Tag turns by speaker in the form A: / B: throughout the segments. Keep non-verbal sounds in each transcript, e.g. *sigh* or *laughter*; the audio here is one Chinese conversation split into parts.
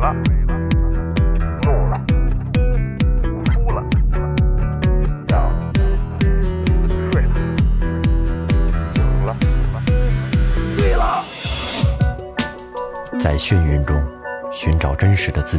A: 了，怒了，哭了，笑了，睡了，醒了，醉了。
B: 在眩晕中寻找真实的自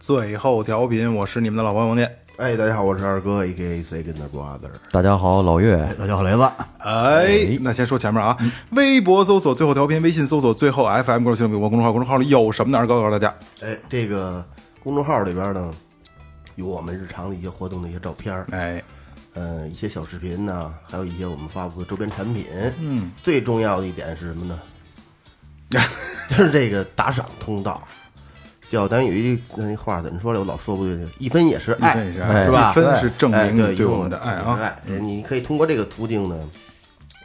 C: 最后调频，我是你们的老朋友王健。
D: 哎，大家好，我是二哥，A K A Second Brother。
B: 大家好，老岳，
D: 大家好，雷子。
C: 哎，那先说前面啊，微博搜索最后调频，微信搜索最后 FM 关注新浪微博公众号，公众号里有什么呢？二哥告诉大家，
D: 哎，这个公众号里边呢，有我们日常的一些活动的一些照片儿，
C: 哎，
D: 嗯、一些小视频呢，还有一些我们发布的周边产品。嗯，最重要的一点是什么呢？
C: *laughs*
D: 就是这个打赏通道，叫咱有一句那话怎么说来？我老说不对，一分也是爱，
C: 一分也是爱
D: 吧？
C: 一分是证明
D: 哎
C: 你
D: 对
C: 对
D: 一分
C: 我们的爱啊
D: 也是爱，哎你可以通过这个途径呢，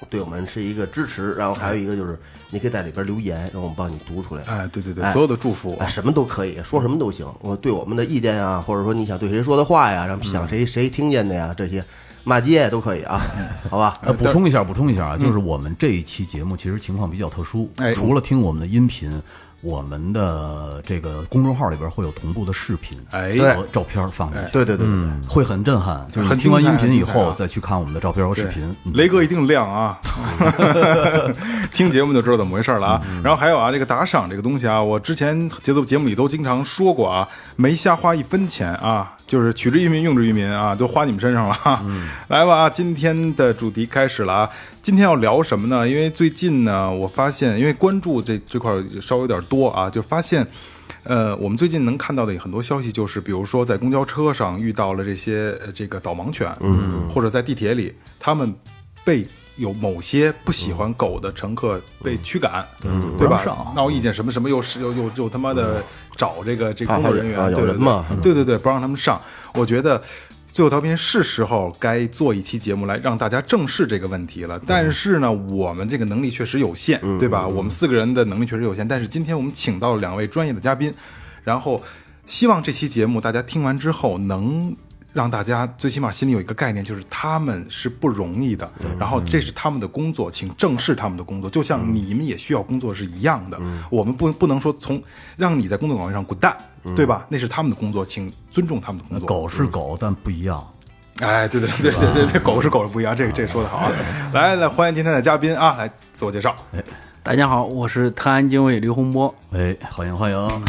D: 对我们是一个支持。然后还有一个就是，你可以在里边留言，让我们帮你读出来。
C: 哎，对对对，
D: 哎
C: 所有的祝福
D: 哎，，什么都可以说，什么都行。
E: 嗯
D: 我对我们的意见啊，或者说你想对谁说的话呀，让想谁谁听见的呀，这些骂街也都可以啊，
E: 嗯
D: 好吧？
C: 哎
F: 呃，补充一下，补充一下啊，就是我们这一期节目其实情况比较特殊
C: 嗯哎，
F: 除了听我们的音频，我们的这个公众号里边会有同步的视频，
C: 哎
F: 和照片放进去，
D: 对对对对，
F: 会很震撼。就是
C: 很
F: 你听完
C: 精彩
F: 音频以
C: 很精彩
F: 后
C: 啊
F: 再去看我们的照片和视频，嗯
C: 雷哥一定亮啊！ *laughs* 听节目就知道怎么回事了啊。然后还有啊，这个打赏这个东西啊，我之前节奏节目里都经常说过啊，没瞎花一分钱啊，就是取之于民用之于民啊，都花你们身上了啊。来吧啊，今天的主题开始了啊。今天要聊什么呢？因为最近呢，我发现因为关注这这块儿稍微有点多啊，就发现。呃，我们最近能看到的很多消息，就是比如说在公交车上遇到了这些呃这个导盲犬，嗯，或者在地铁里，他们被有某些不喜欢狗的乘客被驱赶，嗯，对吧？闹意见什么什么又是又又又他妈的找这个这个
D: 嗯怕
C: 工作人
D: 怕
C: 员，
D: 有
C: 对对
D: 人嘛
C: 对对对对，不让他们上。我觉得最后调频是时候该做一期节目来让大家正视这个问题
D: 嗯
C: 了。但是呢，我们这个能力确实有限，对吧？我们四个人的能力确实有限，但是今天我们请到了两位专业的嘉宾，然后希望这期节目大家听完之后能。让大家最起码心里有一个概念，就是他们是不容易的，然后这是他们的工作，请正视他们的工作，就像你们也需要工作是一样的。我们不不能说从让你在工作岗位上滚蛋，对吧？那是他们的工作，请尊重他们的工作。
F: 狗是狗，但不一样。
C: 哎，对对对对对对，狗是狗是不一样，这个这个说的好啊！来来，欢迎今天的嘉宾啊，来自我介绍。
E: 大家好，我是泰安经纬刘洪波。
F: 哎，欢迎欢迎！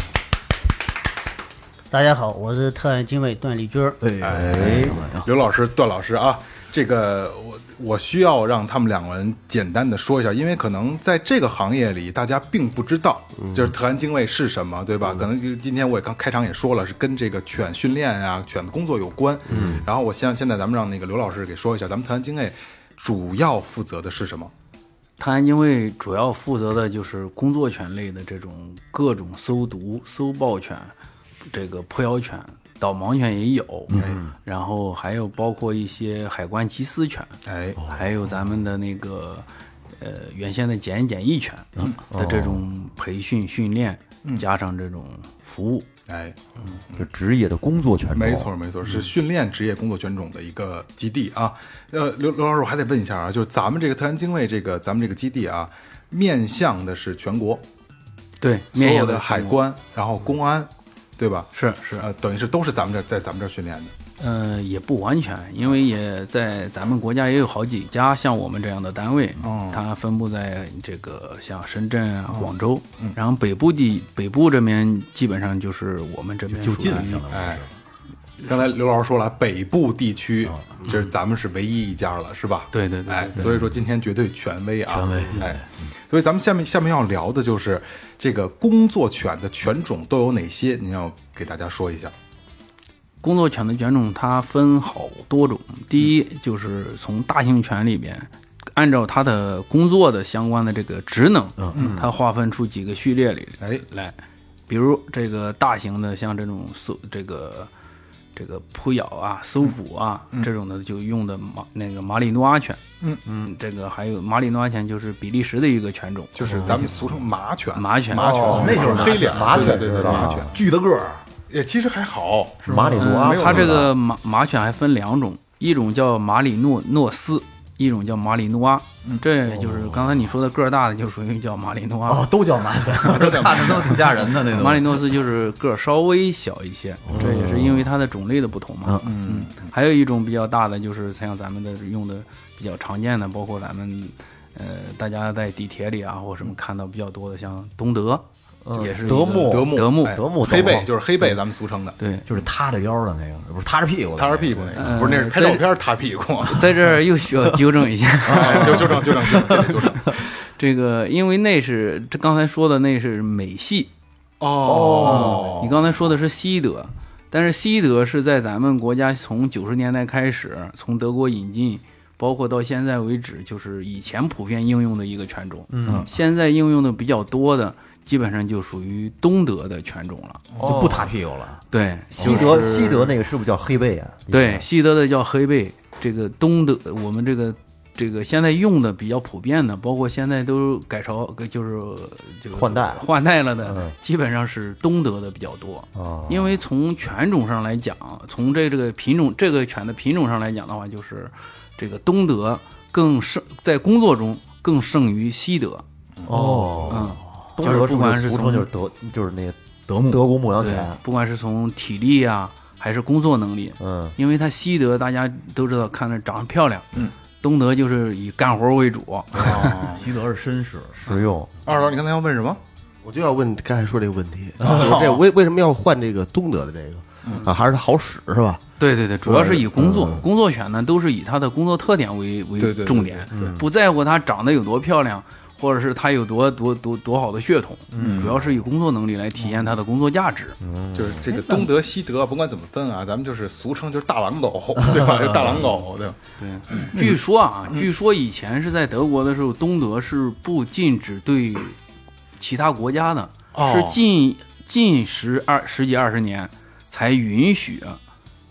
G: 大家好，我是特案经纬段丽君儿。
F: 哎，
C: 刘老师、段老师啊，这个我我需要让他们两个人简单的说一下，因为可能在这个行业里，大家并不知道，就是特安精卫是什么，对吧？可能就是今天我也刚开场也说了，是跟这个犬训练啊、犬的工作有关。嗯，然后我现现在咱们让那个刘老师给说一下，咱们特安精卫主要负责的是什么？
E: 泰安经纬主要负责的就是工作犬类的这种各种搜毒、搜爆犬、这个破咬犬、导盲犬也有，嗯，然后还有包括一些海关缉私犬，
C: 哎，
E: 还有咱们的那个呃原先的检检疫犬
C: 嗯
E: 的这种培训训
C: 哦
E: 练，加上这种服务，
C: 哎，
B: 这职业的工作犬种，
C: 没
E: 哦
C: 错，没错，
E: 嗯
C: 是训练职业工作犬种的一个基地啊。呃，刘刘老师，我还得问一下啊，就是咱们这个特安精卫这个咱们这个基地啊，面向的是全国
E: 对，
C: 所
E: 面
C: 有
E: 向
C: 的海关，然后公安，对吧？
E: 是嗯是
C: 呃，等于是都是咱们这在咱们这儿训练的。
E: 呃，也不完全，因为也在咱们国家也有好几家像我们这样的单位，
C: 哦
E: 它分布在这个像深圳啊、广
F: 哦
E: 州，
F: 嗯
E: 然后北部地北部这边基本上就是我们这边
F: 就近
E: 属于
F: 相当于
C: 哎，刚才刘老师说了，北部地区这是咱们是唯一一家了，是吧？
E: 哦对对对
C: 哎
E: 对，嗯
C: 所以说今天绝对权威啊，
F: 权威
C: 哎。所以咱们下面下面要聊的就是这个工作犬的犬种都有哪些，您要给大家说一下。
E: 工作犬的犬种它分好多种，
F: 嗯
E: 第一就是从大型犬里边，按照它的工作的相关的这个职能，嗯，它划分出几个序列里
C: 哎
E: 来。比如这个大型的，像这种搜这个这个扑咬啊、搜捕啊、这种的，就用的马那个马里诺阿犬。嗯嗯，这个还有马里诺阿犬就是比利时的一个犬种，
C: 就是咱们哦俗称麻犬，
E: 马犬
C: 麻
E: 哦
C: 犬，
F: 那就是
C: 黑脸
F: 麻
C: 对
F: 犬
C: 对对
F: 是
C: 对，
F: 吧
C: 麻犬
F: 巨的个儿，
C: 也其实还好，
B: 马里
C: 啊
B: 诺阿
E: 嗯，它这个马马犬还分两种，一种叫马里诺诺斯，一种叫马里诺阿。这就是刚才你说的个儿大的，就属于叫马里诺阿。
F: 哦，都叫麻犬，看着都挺吓人的那
E: 马里
F: 种。
E: 诺斯就是个儿稍微小一些，
F: 哦
E: 这也是因为它的种类的不同嘛。嗯，还有一种比较大的，就是像咱们的用的比较常见的，包括咱们呃大家在地铁里啊或什么看到比较多的，像东德，也是一个
F: 德
C: 嗯
F: 牧
C: 德牧
E: 德牧
C: 哎
F: 德牧
C: 黑背
F: 德牧
C: 就是黑背，咱们俗称的，
E: 对，
F: 就是塌着腰的那个，不是塌着屁股的那
C: 塌
F: 个，
C: 着屁股那个，
E: 嗯
C: 不是那是拍
E: 这
C: 照片儿塌 *laughs* 屁股，
E: 在这儿又需要纠正一下。
F: *laughs*
C: 哎就就正就正就正就正
E: 这个，因为那是这刚才说的那是美系，
C: 哦
E: 你刚才说的是西德，但是西德是在咱们国家从九十年代开始从德国引进，包括到现在为止，就是以前普遍应用的一个犬种。嗯，现在应用的比较多的，基本上就属于东德的犬种了。
F: 就不塌屁股了。
E: 对，
B: 西德西德那个是不是叫黑背啊？
E: 对，西德的叫黑背，这个东德我们这个这个现在用的比较普遍的，包括现在都改朝就是这个
B: 换代
E: 换代了的，
B: 嗯
E: 基本上是东德的比较多。
B: 哦
E: 因为从犬种上来讲，从这这个品种这个犬的品种上来讲的话，就是这个东德更胜在工作中更胜于西德。
B: 哦，
E: 嗯，
B: 东
E: 就是
B: 德
E: 不管
B: 是
E: 是
B: 俗
E: 从
B: 称就是德就是那个
F: 德牧
B: 德国牧羊
E: 对
B: 犬，，
E: 不管是从体力啊，还是工作能力，
B: 嗯，
E: 因为它西德大家都知道，看着长得漂亮，嗯，东德就是以干活为主，哦
F: 西德是绅士，
B: 实用。
C: 二老，你刚才要问什么？
D: 我就要问你刚才说这个问题，
E: 嗯
D: 啊就是
E: *laughs*
D: 这为为什么要换这个东德的这个啊？还是它好使是吧？
E: 对对对，主要是以工作、工作犬呢，都是以它的工作特点为为
C: 对对对
E: 重点，
B: 嗯
E: 不在乎它长得有多漂亮，或者是它有多多多多好的血统，主要是以工作能力来
B: 嗯
E: 体现它的工作价值。
C: 就是这
E: 哎
C: 个东德西德，甭管怎么分啊，咱们就是俗称就是大狼狗， *laughs* 对吧？就大狼狗，对吧？
E: 对，
C: 嗯
E: 据说啊，据说以前是在德国的时候，东德是不禁止对其他国家的，
C: 哦
E: 是近近十二十几二十年才允许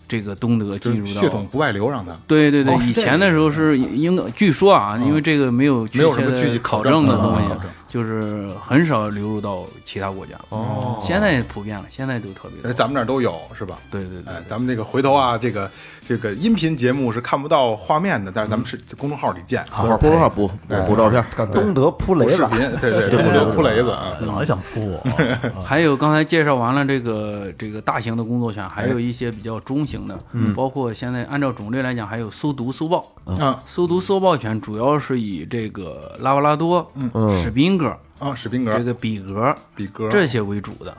E: 这个东德
C: 就
E: 进
C: 是
E: 入到
C: 血统。不外流，让他
E: 对对对，
C: 哦是
E: 以
C: 这
E: 前的时候是应该，据说啊，因为这个没有
C: 哦没有什么具体
E: 的
C: 考
E: 考
C: 证
E: 证的
C: 嗯
E: 东西啊
C: 考证，
E: 就是很少流入到其他国家。哦，现在普遍了，现在都特别多
C: 哎，。咱们这儿都有是吧？
E: 对对对
C: 哎，咱们这个回头啊，这个这个音频节目是看不到画面的，但是咱们是公众号里见，
D: 啊
E: 啊
D: 不是不是不
E: 哎
D: 不不照片，
B: 东德扑
C: 有
B: 雷
C: 视
B: 了
C: 频，对对，东德扑雷子啊，
F: 老想扑我。
E: 还有刚才介绍完了这个这个大型的工作犬，还
C: 哎
E: 有一些比较中型的，
C: 嗯
E: 包括现在按照种类来讲，还有搜毒、搜豹。
C: 啊
E: 搜毒、搜豹犬主要是以这个拉布拉多、
D: 嗯
E: 史宾格、
C: 啊，嗯史宾格
E: 这个比格、
C: 比格
E: 这些为主的。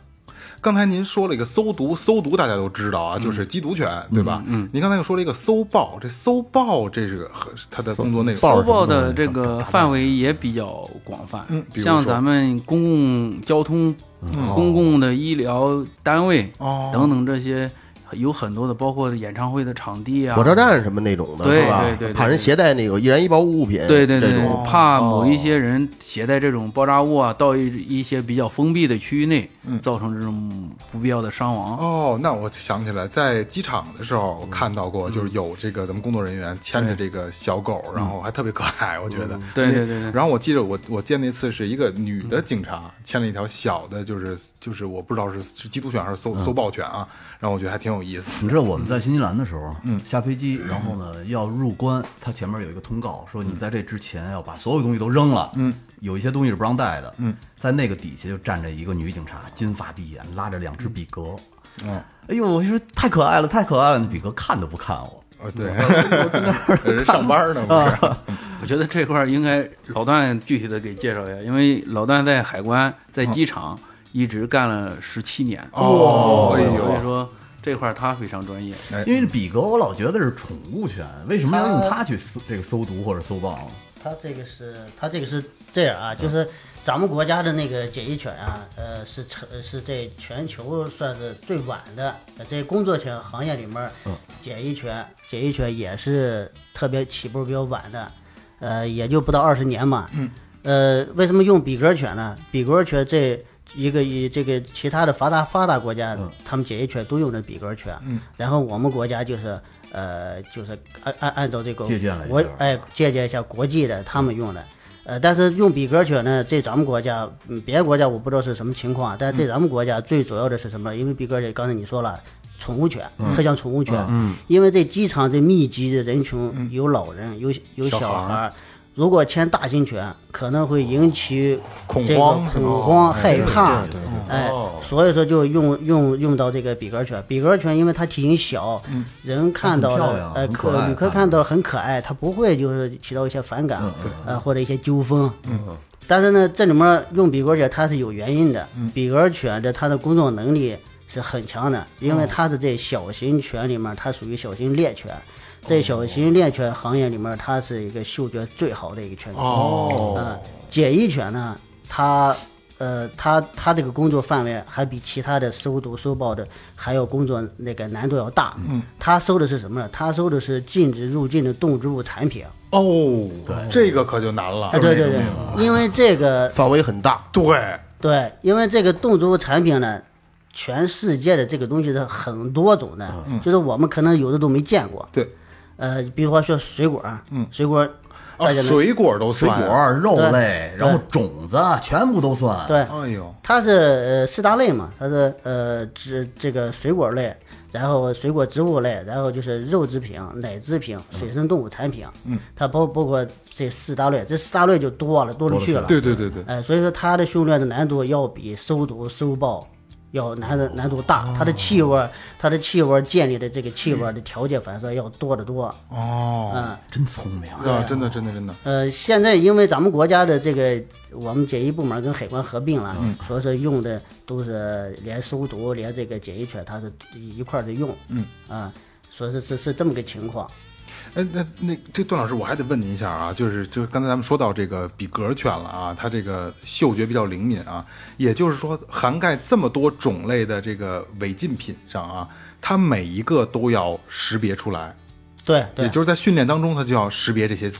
C: 刚才您说了一个搜毒，搜毒大家都知道啊，就是缉毒犬，对吧？嗯，您刚才又说了一个搜豹，这搜豹这是个和它的工作内容。
E: 搜豹的这个范围也比较广泛，
C: 嗯比如说嗯
E: 像咱们公共交通、
D: 哦
E: 公共的医疗单位、
C: 哦
E: 等等这些，有很多的，包括演唱会的场地啊，
D: 火车站什么那种的，
E: 对
D: 是吧
E: 对对对
D: 怕人携带那个易燃易爆物品，
E: 对对对
D: 这种，
C: 哦
E: 怕某一些人携带这种爆炸物啊，到一一些比较封闭的区域内，造成这种不必要的伤
C: 嗯
E: 亡。
C: 哦，那我想起来，在机场的时候
E: 嗯
C: 我看到过，就是有这个咱们工作人员牵着这个小狗，然后还特别可爱，我觉得。
E: 嗯对对对对嗯
C: 然后我记得我我见那次是一个女的警察牵了一条小的，就是就是我不知道是是缉毒犬还是
E: 嗯
C: 搜搜豹犬啊，然后我觉得还挺有意思。
F: 你知道我们在新西兰的时候，嗯，下飞机，然后呢要入关，它前面有一个通告说你在这之前要把所有东西都扔了，嗯，有一些东西是不让带的，嗯，在那个底下就站着一个女警察，金发碧眼，拉着两只比格，嗯，哎呦，我就说太可爱了，太可爱了，那比格看都不看我，
E: 嗯
C: 呃，对， *laughs* 人上班呢，不是？
E: 我觉得这块儿应该老段具体的给介绍一下，因为老段在海关、在机场一直干了十七年，
C: 哦，哎
E: 所以
C: 呦，
E: 说这块儿他非常专业。
C: 哎
F: 因为比格我老觉得是宠物犬，为什么要
G: 哦
F: 用它去搜这个搜毒或者搜豹呢？
G: 他这个是，他这个是这样啊，就是咱们国家的那个检疫犬啊，呃，是成是这全球算是最晚的，在这工作犬行业里面儿，检疫犬检疫犬也是特别起步比较晚的，呃，也就不到二十年嘛。嗯。呃，为什么用比格犬呢？比格犬这一个以这个其他的发达发达国家
F: 嗯，
G: 他们解决权都用的比格权，然后我们国家就是呃就是按按按照这个
F: 借鉴了一下嗯
G: 我哎借鉴一下国际的他们用的，呃，但是用比格权呢，这咱们国家嗯别的国家我不知道是什么情况，啊但
F: 嗯
G: 这咱们国家最主要的是什么呢？因为比格权刚才你说了。宠物犬，
F: 嗯
G: 特像宠物犬，因为这机场这密集的人
F: 嗯
G: 群，有老人，有有
C: 小
G: 小
C: 孩儿
G: 孩儿，如果签大型犬，可能会引起
C: *laughs* 恐
G: 这个
C: 慌是吧
G: 恐慌、害怕
F: 哦对对，哦
G: 哎，所以说就用用用到这个比格犬。比格犬因为它体型小，人看
F: 嗯
G: 到
F: 很漂亮
G: 了，呃，
F: 很可爱嗯
G: 旅客看到很可爱，它不会就是起到一些反感，
F: 嗯
G: 呃，或者一些纠纷。但是呢，这里面用比格犬它是有原因的，
C: 嗯
G: 比格犬的它的工作能力是很强的，因
C: 哦
G: 为它是这小型犬里面，它属于小型猎犬。
C: 哦
G: 在小型猎犬行业里面，它是一个嗅觉最好的一个犬种。
C: 哦
G: 呃，解译犬呢，它呃，它它这个工作范围还比其他的搜毒搜爆的还要工作那个难度要大。嗯，它搜的是什么呢？它搜的是禁止入境的动植物产品。
C: 哦，这个可就难了
G: 哎，。对对对，
C: 啊 *laughs*
G: 因为这个
D: 范围很
E: *laughs*
D: 大，
C: 对，
G: 对，因为这个动植物产品呢，全世界的这个东西是很多种的，就是我们可能有的都没见过。
C: 对，
G: 呃，比如说水果，嗯，水果，
C: 啊
G: 大家，能
C: 水果都
F: 水
C: 算。
F: 果、肉
G: 对
F: 类，然后种子啊全部都算。
G: 对，
C: 哎呦，
G: 它是呃四大类嘛，它是呃植这个水果类，然后水果植物类，然后就是肉制品、奶制品、水生动物产品，嗯，它包包括这四大类，这四大类就多了，多了去了，
C: 对对对对，
G: 哎、所以说它的训练的难度要比搜毒搜爆要难
C: 哦
G: 的难度大，它的气味，它的气味建立的这个气味的调节反射要多得多，
C: 哦，
G: 嗯。
F: 真聪明啊。
C: 啊，真的真的真的，
G: 呃，现在因为咱们国家的这个我们检疫部门跟海关合并了，
C: 嗯
G: 所以说用的都是连搜毒连这个检疫犬，它是一块儿的用，嗯啊，所以说是是这么个情况。
C: 哎，那那这段老师，我还得问您一下啊，就是就是刚才咱们说到这个比格犬了啊，它这个嗅觉比较灵敏啊，也就是说涵盖这么多种类的这个违禁品上啊，它每一个都要识别出来，
G: 对对
C: 也，就是在训练当中，它就要识别这些这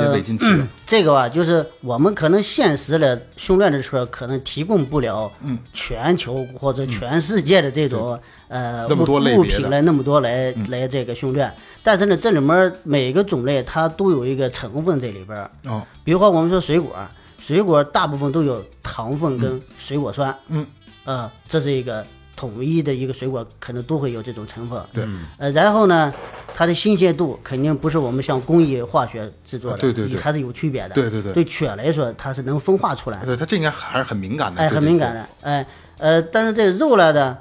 C: 些
G: 呃
C: 违禁器了。
G: 这个吧，就是我们可能现实的训练的时候，可能提供不了
C: 嗯
G: 全球或者全世界的这种、呃
C: 那么多
G: 物
C: 类别的嗯
G: 物品来那么多来、来这个训练。但是呢，这里面每个种类它都有一个成分在里边儿。
C: 哦，
G: 比如说我们说水果，水果大部分都有糖分跟水果酸，
C: 嗯，
G: 呃，这是一个统一的一个水果可能都会有这种成分，
C: 对，
G: 呃，然后呢，它的新鲜度肯定不是我们像工业化学制作的，
C: 啊对对对
G: 也还是有区别的，
C: 对对对
G: 对犬来说，它是能分化出来的，
C: 哎对，它这应该还是很敏感的，
G: 哎，
C: 对
G: 很
C: 这
G: 敏
C: 些
G: 感的，哎，呃，但是这肉类的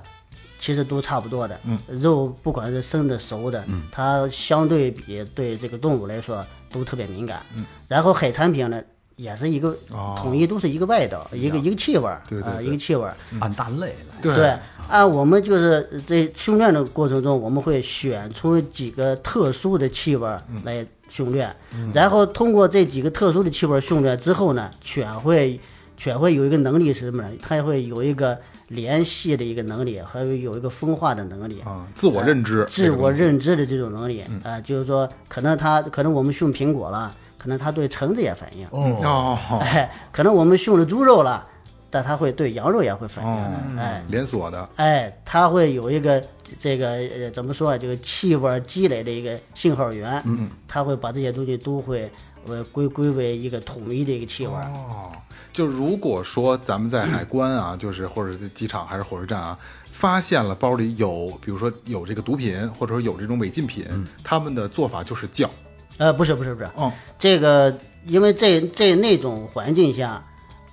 G: 其实都差不多的，嗯，肉不管是生的熟的，
C: 嗯
G: 它相对比对这个动物来说都特别敏感，嗯，然后海产品呢也是一个、统一都是一个味道，一个一个气味儿，
C: 哦对对
G: 啊
C: 对
G: 一个气味儿，
F: 按大类来，
C: 对
G: 对，按我们就是呃在训练的过程中，我们会选出几个特殊的气味儿
C: 嗯
G: 来训练，然后通过这几个特殊的气味儿训练之后呢，犬会犬会有一个能力是什么呢？它会有一个联系的一个能力，还有有一个分化的能力。
C: 啊，嗯自我认知，
G: 呃自我认知的这种能力，啊、就是说，可能它可能我们训苹果了，可能它对橙子也反应，
C: 知哦，
G: 哎，可能我们训了猪肉了，但它会对羊肉也会反
C: 哦
G: 应，哎，
C: 连锁的，
G: 哎，它会有一个这个呃怎么说啊？这个气味积累的一个信号源，嗯，它会把这些东西都会呃归归为一个统一的一个气味。
C: 哦就如果说咱们在海关 *clears throat* 啊，就是或者在机场还是火车站啊，发现了包里有，比如说有这个毒品，或者说有这种违禁品，他们的做法就是叫，
G: 呃，不是不是不是，
C: 嗯哦
G: 这个因为这这那种环境下，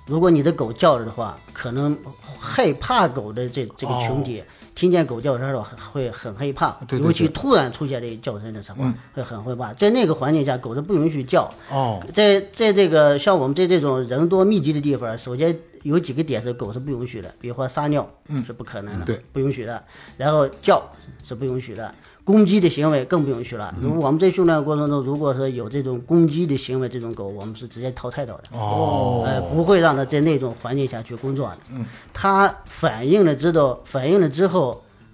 G: 如果你的狗叫了的话，可能害怕狗的这这个群体。听见狗叫声的话会很害怕，
C: 哦对对嗯
G: 尤其
C: 对
G: 突然出现这叫声的时候、会很害怕。在那个环境下，狗是不允许叫，
C: 哦，
G: 在在这个像我们在这种人多密集的地方，首先有几个点是狗是不允许的，比如说撒尿，是不可能的，
C: 嗯对，
G: 不允许的。然后叫是不允许的，攻击的行为更不允许了。
C: 嗯
G: 如果我们在训练过程中，如果是有这种攻击的行为，这种狗我们是直接淘汰掉的。哦，呃，不会让它在那种环境下去工作的。嗯，它反应了知道，反应了之后。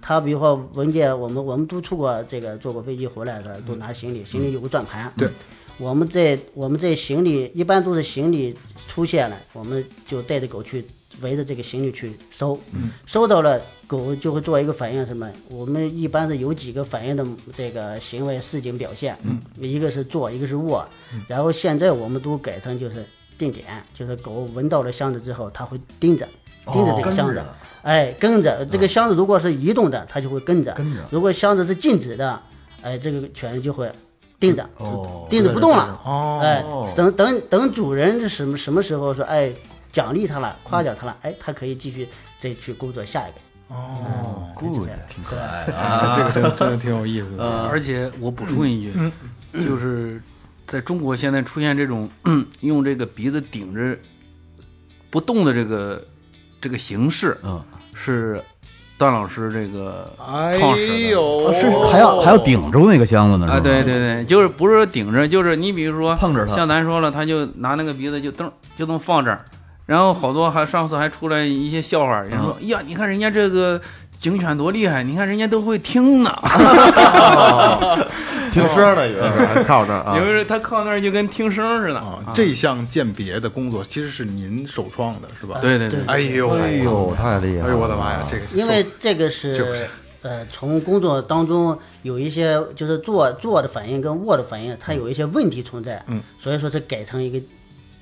G: 它比如说文件，我们我们都出过这个坐过飞机回来的时候，都拿行李，行李有个转盘，
C: 嗯
G: 嗯
C: 对，
G: 我们在我们在行李一般都是行李出现了，我们就带着狗去围着这个行李区搜，
F: 嗯
G: 搜到了狗就会做一个反应，什么？我们一般是有几个反应的这个行为示警表现，
F: 嗯
G: 一个是坐，一个是卧，然后现在我们都改成就是定点，就是狗闻到了箱子之后，它会盯着。
F: 哦
G: 盯着这个箱子，哎，跟着这个箱子，如果是移动的，它就会跟着；
F: 跟着
G: 如果箱子是静止的，哎，这个犬就会盯着，
F: 哦
G: 盯着不动了。
C: 哦
G: 哎，等等等，主人是什么什么时候说哎奖励
C: 嗯
G: 它了，夸奖它了，哎，它可以继续再去工作下一个。
F: ，good，挺可爱的。
C: 啊这个真真的挺有意思的。
E: 而且我补充一句，
C: 嗯
E: 嗯就是在中国现在出现这种嗯用这个鼻子顶着不动的这个这个形式，
F: 嗯，
E: 是段老师这个
C: 哎
E: 创始的。
C: 呦，
F: 是还要还要顶住那个箱子呢？是
E: 啊，
F: 吗
E: 对对对，就是不是说顶着，就是你比如说
F: 碰着它
E: 像咱说了，他就拿那个鼻子就蹬就能放这儿，然后好多还上次还出来一些笑话，人说，
F: 嗯
E: 哎呀，你看人家这个警犬多厉害，你看人家都会听呢，
D: 听声呢，有的啊是靠这儿啊
E: *laughs* 因，为他靠那儿就跟听声似的。
C: 啊，这项鉴别的工作其实是您首创的，是吧？
E: 对对对
C: 哎呦，
B: 哎
C: 哎
B: 呦，太厉害！
C: 呦，我的妈呀，！这个是
G: 因为这个
C: 就是是
G: 呃，从工作当中有一些就是坐坐的反应跟卧的反
C: 嗯
G: 应，它有一些问题存在，嗯，所以说是改成一个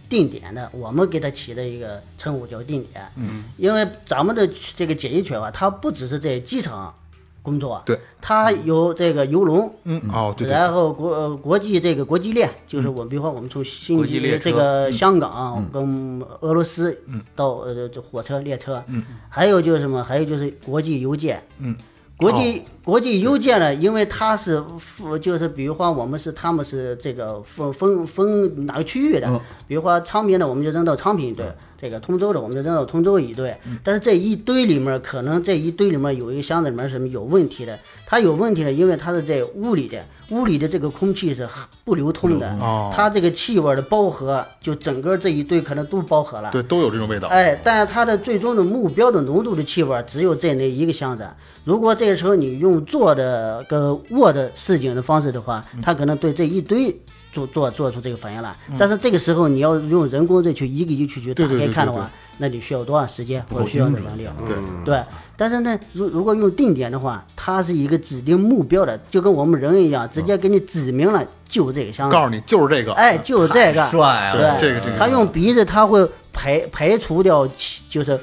G: 定点的，我们给它起的一个称呼叫定点，嗯，因为咱们的这个解译犬吧，啊它不只是在机场工作，
C: 对，
G: 它有这个游轮，
C: 嗯哦，对对
G: 然后国呃国际这个国际链，就是我们比如说我们从新
E: 国际
G: 疆
E: 列车
G: 这个
C: 嗯
G: 香港跟俄罗斯到呃这火车列车，还有就是什么，还有就是国际邮件，
C: 嗯，
G: 国际国际邮件呢，因为它是分就是比如说我们是他们是这个分分分哪个区域的，比如说昌平的我们就扔到昌平一队，这个通州的我们就扔到通州一队，但是这一堆里面可能这一堆里面有一个箱子里面什么有问题的，它有问题的，因为它是在屋里的，屋里的这个空气是不流通的，
C: 哦
G: 它这个气味的包合，就整个这一堆可能都包合了，
C: 对，都有这种味道。
G: 哎，但它的最终的目标的浓度的气味儿只有这那一个箱子。如果这个时候你用做的跟握的示警的方式的话，
C: 嗯
G: 它可能对这一堆做做做出这个反应来。但是这个时候你要用人工再去一个一个去去打
C: 对对
G: 开
C: 对
G: 看的
C: 对
G: 话，那你需要多少时间或者需要多少能力？
C: 对，
G: 对，但是呢，如如果用定点的话，它是一个指定目标的，就跟我们人一样，直接给你指明了就这个箱子
C: 告。诉你就是这个。
G: 哎，就是这个，
F: 帅了，
C: 啊这个这个
G: 它用鼻子，它会排排除掉气，就是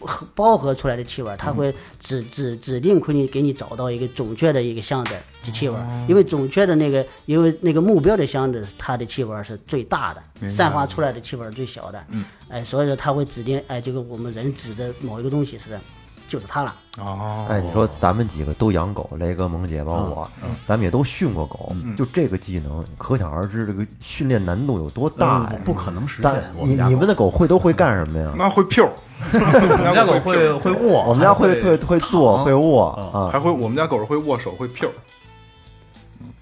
G: 和包合出来的气味儿，它会指指指定给你给你找到一个准确的一个箱子的气味儿，
C: 哦
G: 因为准确的那个，因为那个目标的箱子，它的气味儿是最大的，散发出来的气味儿是最小的，
C: 嗯
G: 哎，所以说它会指定，哎，就跟我们人指的某一个东西似的，就是它了。
C: 哦，
B: 哎，你说咱们几个都养狗，雷哥、萌姐，包括我，
F: 嗯
B: 咱们也都训过狗，就这个技能，可想而知这个训练难度有多大呀！
F: 嗯不可能实现
B: 咱。
F: 我
B: 你
F: 家
B: 你
F: 狗
B: 们的狗会都会干什么呀？
C: 那会 Q，我
F: 我
C: 们
F: 们家狗
C: 会 pew
F: 会会卧，
B: 我们家
F: 还
B: 会会会坐会卧啊！
C: 还会，我们家狗是会握手，会 Q。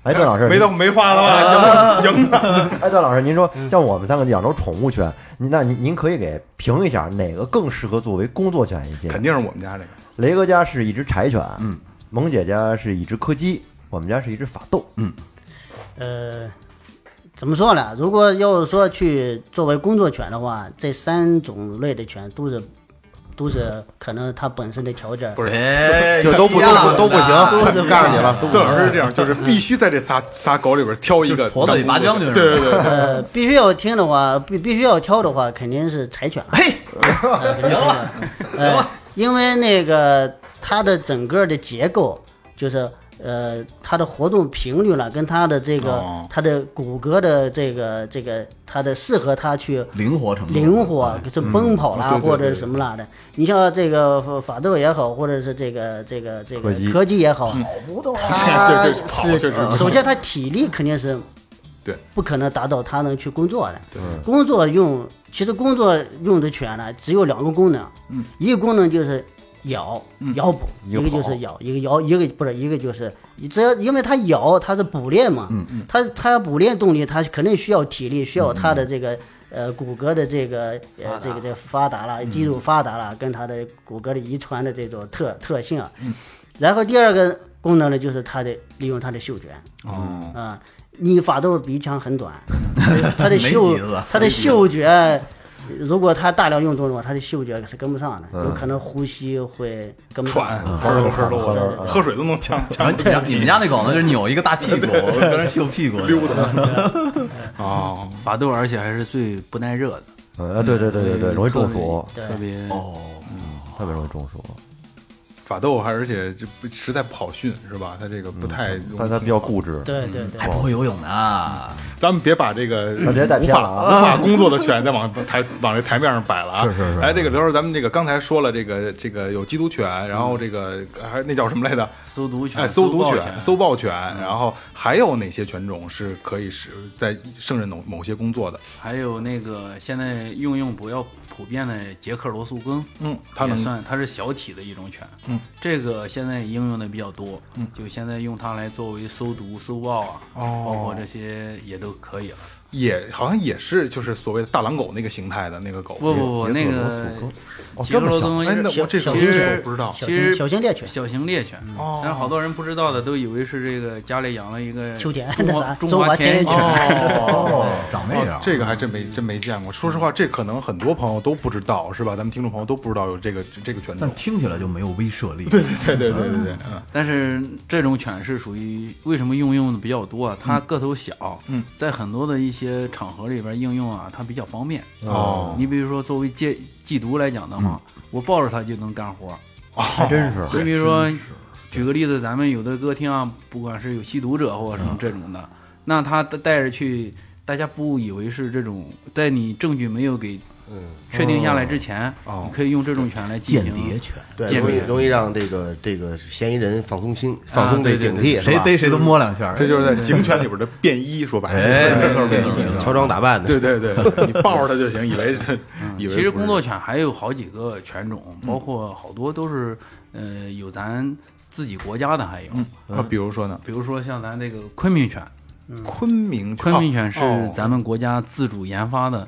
B: 哎，段老师，
C: 没到梅花了吧？赢了赢了。
B: 哎，段老师，您说像我们三个养着宠物犬，您那您您可以给评一下哪个更适合作为工作犬一些？
C: 肯定是我们家这个。
B: 雷哥家是一只柴犬，嗯，萌姐家是一只柯基，我们家是一只法斗，嗯，
G: 呃，怎么说呢？如果要是说去作为工作犬的话，这三种类的犬都是都是可能它本身的条件
C: 不是
F: 哎，
D: 就都不
F: 一样的
D: 都都不行，告诉你了，都不
C: 邓老师
D: 行。
C: 是这样，就是必须在这仨仨狗里边挑一个
F: 就矬子里拔将军是吧
C: 对对对，
G: 呃，必须要听的话，必必须要挑的话，肯定
C: *laughs*
G: 是柴犬了。
F: 嘿，
G: 赢了，呃，因为那个它的整个的结构就是。呃，它的活动频率了，跟它的这个
C: 哦，
G: 它的骨骼的这个这个，它的适合它去
F: 灵活程度，
G: 灵活，是奔跑
C: 嗯
G: 啦，
C: 对对对
G: 或者是什么啦的。你像这个法法斗也好，或者是这个这个这个
B: 柯基
G: 柯基也
C: 嗯
G: 好，啊 *laughs* 它
C: 这这
G: 是
C: 跑这是
G: 首先它体力肯定是
C: 对
G: 不可能达到它能去工作的。工作用其实工作用的犬呢，只有两个功能，一个功能就是咬咬捕，
B: 一
G: 嗯一
B: 个
G: 个就
B: 跑
G: 是咬，一个咬，一个不是一个就是你只要因为它咬它是捕猎嘛，它它捕猎动力它肯定需要体力，需要它的这个。呃，骨骼的这个呃，这个这个发达嗯了，肌肉发达了，跟它的骨骼的遗传的这种特特性，啊然后第二个功能呢，就是它的利用它的嗅觉。哦，啊，你法斗鼻腔很短，它的
F: 没
G: 嗅
F: 鼻子，
G: 它的嗅觉如果他大量用动作，他的嗅觉是跟不上的，有可能呼吸会跟不上
C: 喘，，
G: 对
C: 呼噜呼
G: 对对
C: 噜，喝水都能呛
F: 然
C: 呛
F: 后你们你们家那狗呢，就是扭一个大屁股，跟人秀屁股去
C: 溜达。
F: *laughs*
C: 啊！
E: 法斗，而且还是最不耐热的，
B: 啊，对对对对对，容易中暑，
G: 对
E: 哎特别
C: 哦
B: 特别容易中暑。
C: 法斗还而且就不实在不好训是吧？他这个不太，
B: 但它比较固执，
G: 对对对
F: 还，哎不会游泳啊呢，
C: 咱们别把这个
B: 咱别带
C: 无
B: 偏了
C: 法
B: 啊
C: 无法工作的权再往台往这台面上摆了啊！
F: 是是是
C: 哎，这个刘老师，咱们这个刚才说了，这个这个有缉毒犬，然后这个还那叫什么来着？
E: 搜毒犬、嗯
C: 哎，搜毒
E: 豹
C: 犬、搜豹犬，然后还有哪些犬种是可以使在胜任某某些工作的？
E: 还有那个现在应用比较普遍的捷克罗素梗，
C: 嗯它
E: 也
C: 能
E: 算它是小体的一种犬，嗯，这个现在应用的比较多，嗯，就现在用它来作为搜毒、搜豹啊，哦，包括这些也都可以了。
C: 也好像也是就是所谓的大狼狗那个形态的那个狗。
E: 不不不，那个
B: 哦
E: 捷克罗素
C: 哎，那
E: 梗
C: 我这
E: 其
C: 种
G: 小型
C: 这
E: 实
C: 我不知道
E: *laughs*
G: 小
E: 其实
G: 型小型猎犬嗯
E: 小型猎犬，
C: 哦
E: 但是好多人不知道的都以为是这个家里养了一个
G: 秋田
E: 中
G: 那
E: 华
G: 啥
E: 中
G: 中华
E: 田园
G: 田园
B: *laughs*
E: 犬，
C: 哦。
F: *laughs* 长那
B: 啊
F: 样。
C: 这个还真没真没见过。说实话，这可能很多朋友都不知道，是吧？咱们听众朋友都不知道有这个这个犬种
F: 但。听起来就没有威慑力。
C: 对对对对对，嗯，
E: 但是这种犬是属于为什么应用的比较多啊？它个头小，
C: 嗯，
E: 在很多的一些场合里边应用啊，它比较方便。
C: 哦
E: 你比如说作为戒缉毒来讲的话，
G: 嗯
E: 我抱着它就能干活。
B: 还真是。
E: 你比如说，举个例子，咱们有的歌厅啊，不管是有吸毒者或者什
C: 嗯
E: 么这种的，那他带着去，大家不以为是这种，在你证据没有给确定下来之前，
C: 哦
E: 你可以用这种犬来进
F: 间
E: 行
F: 谍犬，
D: 对，
E: 见
D: 容易
E: 面啊
D: 容易让这个这个嫌疑人放松心，放松
E: 对
D: 这
E: 对
D: 警
E: 对
D: 惕，是
F: 谁
D: 吧
F: 逮谁都摸两下儿。
C: 这就是在警犬里边的便衣，说白了，
F: 哎
C: 没错
D: 对啊
C: 没错没错，
D: 乔装打扮的，
C: 对对对，对你抱着它就行，以为是，以为
E: 其实
C: 不是嗯
E: 工作犬还有好几个犬种，包括好多都是呃有咱自己国家的，还有、
C: 啊，比如说呢，
E: 比如说像咱这个昆明犬，
C: 昆明犬
E: 昆明犬是
C: 哦
E: 咱们国家自主研发的，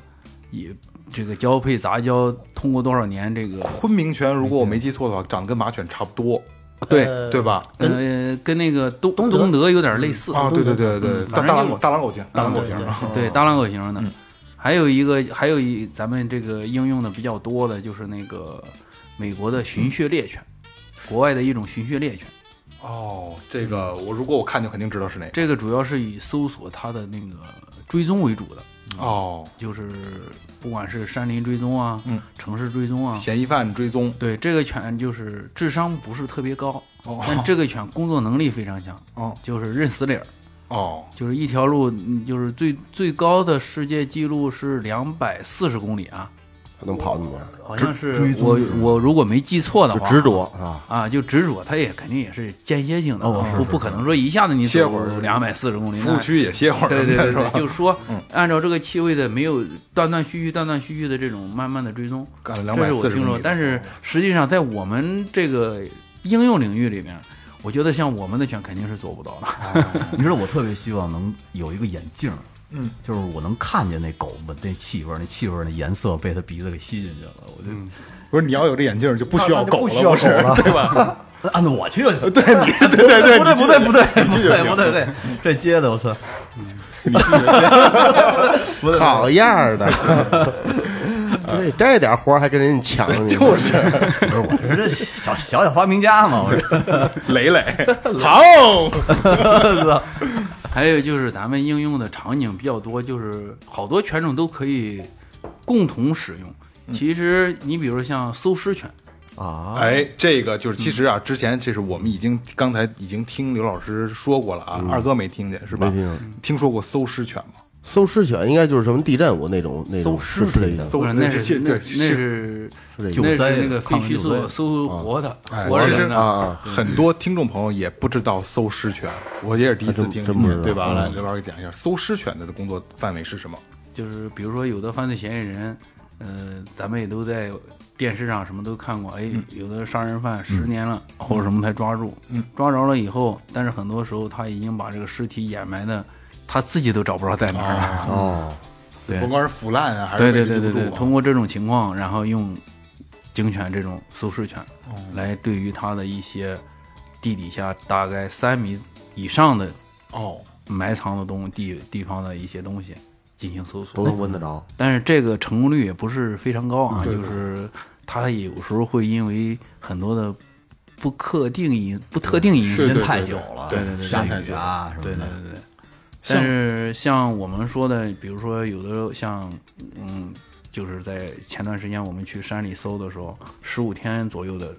E: 也这个交配杂交通过多少年这个
C: 昆明犬，如果我没记错的话，长得跟马犬差不多，
E: 对。
G: 呃
C: *laughs* 对吧？
E: 呃，跟那个东
G: 东德
E: 东德有点类似
C: 啊，对对嗯对对，
E: 嗯
C: 大
E: 反正
C: 大狼
E: 就
C: 狗，大狼狗型，大狼狗型
G: 对对
E: 对，大狼狗型的。还有一个，还有一咱们这个应用的比较多的就是那个美国的循血猎犬，国外的一种循血猎犬。
C: 哦，这个我如果我看就肯定知道是哪个
E: 这个主要是以搜索它的那个追踪为主的，
C: 哦，
E: 就是不管是山林追踪啊，
C: 嗯
E: 城市追踪啊。
C: 嫌疑犯追踪
E: 对，这个犬就是智商不是特别高，但这个犬工作能力非常强，
C: 哦
E: 就是认死理儿，
C: 哦，
E: 就是一条路，嗯就是最最高的世界纪录是两百四十公里啊，
D: 能跑那么远，
E: 好像是我我如果没记错的话，
D: 执着啊，
E: 啊，就执着，它也肯定也是间歇性的，啊
F: 哦是
E: 不不可能说一下子你
C: 歇
E: 走
C: 会儿
E: 两百四十公里，
C: 服务
E: 那
C: 区也歇会儿，
E: 对对
C: 是
E: 对
C: 吧
E: 对，？就是说，
F: 嗯
E: 按照这个气味的，没有断断续续、断断续续的这种慢慢的追踪，
C: 干了
E: 这是我
C: 240
E: 听说
C: 米。
E: 但
F: 哦
E: 是实际上，在我们这个应用领域里面，我觉得像我们的犬肯定是做不到的。
F: 哎你知道我特别希望能有一个眼镜，嗯，就是我能看见那狗闻那气味儿，那气味儿那颜色被它鼻子给吸进去了，我就。
C: 不是你要有这眼镜儿就不需要狗
F: 不
C: 了，
F: 需要
C: 不是
F: 狗了
C: 对吧？
F: 那 *laughs* 按照我去就行。
C: 对你对对对，
F: *laughs* 不对
C: 你
F: 不对
C: 去
F: 不对
C: 你
F: 不
C: 去就
F: 对
C: 行
F: 不对不对，这接的我操！
D: 好样儿 *laughs* 的，对，这点活儿还跟人家抢， *laughs* 就是
F: 不是我是这小小小发明家嘛，我是。
C: 磊磊，好，
E: 还有就是咱们应用的场景比较多，就是好多犬种都可以共同使用。其实你比如像搜尸犬，啊
C: 哎，这个就是其实啊，之前这是我们已经刚才已经听刘老师说过了啊，
E: 嗯
C: 二哥没听见是吧？听说过搜尸犬吗？
D: 搜尸犬应该就是什么地震舞那种那种，是是这意思
C: 搜
E: 不是那
C: 这
E: 是
C: 这
E: 那
C: 对
E: 那是那
F: 救灾
E: 是那个废
F: 抗日
E: 墟
F: 救灾
E: 所搜活的
C: 哎
E: 活
C: 其实
E: 人的
D: 啊，
C: 很多听众朋友也不知道搜尸犬，我也是第一次
E: 啊
C: 听
D: 真不知道，
C: 对吧？来，刘老师给讲一下搜尸犬的工作范围是什么？
E: 就是比如说有的犯罪嫌疑人，呃，咱们也都在电视上什么都看过，哎，有的杀人犯十年了、或者什么才抓住，抓着了以后，但是很多时候他已经把这个尸体掩埋的，他自己都找不着在哪儿了，
D: 哦，
E: 对
C: 甭管是腐烂啊，还
E: 对
C: 是
E: 哎对
C: 被
E: 对
C: 记不
E: 对
C: 住
E: 对，
C: 啊
E: 通过这种情况，然后用警犬这种搜尸犬
C: 嗯
E: 来对于他的一些地底下大概三米以上的
C: 哦。
E: 埋藏的东地地方的一些东西，进行搜索
D: 都。能闻得着。
E: *laughs* 但是这个成功率也不是非常高啊，就是它有时候会因为很多的不特定因、不特定因素
C: 对是
F: 时间
C: 对
F: 太
C: 对
F: 久了，
C: 对对对
F: 下
C: 太
F: 雨
C: 久
F: 啊什
E: 对
F: 么
E: 对
F: 的，
E: 对对。嗯但是像我们说的，比如说有的像，嗯，就是在前段时间我们去山里搜的时候，十五天左右的，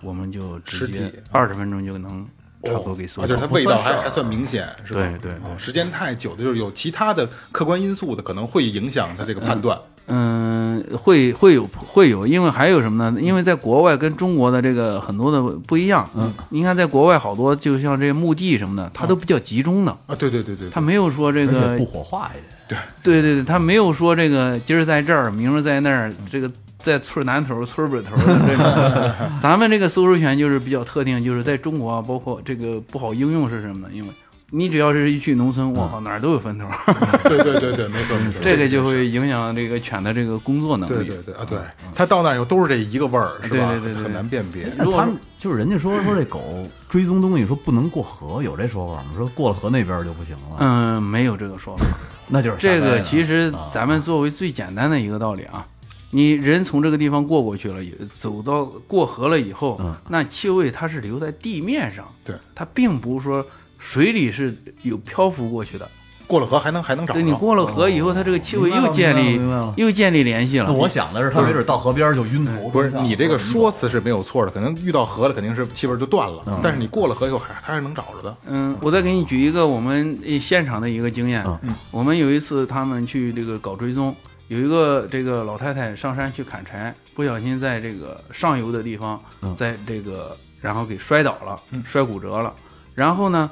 E: 我们就直接
C: 尸体
E: 二十分钟就能差不多给搜
C: 啊，就是它
E: 到。
C: 味道还还算明显，是吧？
E: 对对对
C: 哦时间太久的，就是有其他的客观因素的，可能会影响它这个判断。
E: 嗯，会会有会有，因为还有什么呢？因为在国外跟中国的这个很多的不一样。嗯，你看在国外好多就像这墓地什么的，它都比较集中的，
C: 啊，对对对对，
E: 它没有说这
F: 而且
E: 个
F: 不火化也得
E: 对对对，他没有说这个今儿在这儿，明儿在那儿，这个在村儿南头、村儿北头的
C: *laughs*
E: 这种。咱们这个搜索权就是比较特定，就是在中国啊，包括这个不好应用是什么呢？因为你只要是一去农村，我靠，哪儿都有坟头， *laughs*
C: 对对对对，没错没错，
E: 这个就会影响这个犬的这个工作能
C: 对
E: 力。
C: 对对啊，对，它到那儿以后都是这一个味儿，是吧？
E: 对对对对
C: 很难辨别。
E: 如果
F: 他们就是人家说说这狗追踪东西说不能过河，有这说法吗？说过了河那边就不行了，
E: 嗯，没有这个说法。
F: 那就是
E: 这
F: 瞎掰
E: 个
F: 的
E: 其实
F: 啊
E: 咱们作为最简单的一个道理啊，你人从这个地方过过去了，也走到过河了以后，
F: 嗯
E: 那气味它是留在地面上，
C: 对，
E: 它并不是说水里是有漂浮过去的。
C: 过了河还能还能找
E: 对你
C: 着。
E: 过了
F: 哦
E: 河以后，它这个气味
F: 明白了
E: 又建立
F: 明白了明白了
E: 又建立联系了
F: 那。我想的是，他没准到河边就晕头
C: 不是
F: 转向
C: 你这个说辞是没有错的，可能遇到河了，肯定是气味就断了。但是你过了河以后还还是能找着的。
E: 嗯，我再给你举一个我们呃现场的一个经验。
C: 嗯
E: 我们有一次他们去这个搞追踪，有一个这个老太太上山去砍柴，不小心在这个上游的地方，在这个然后给摔倒了，
C: 嗯
E: 摔骨折了。然后呢，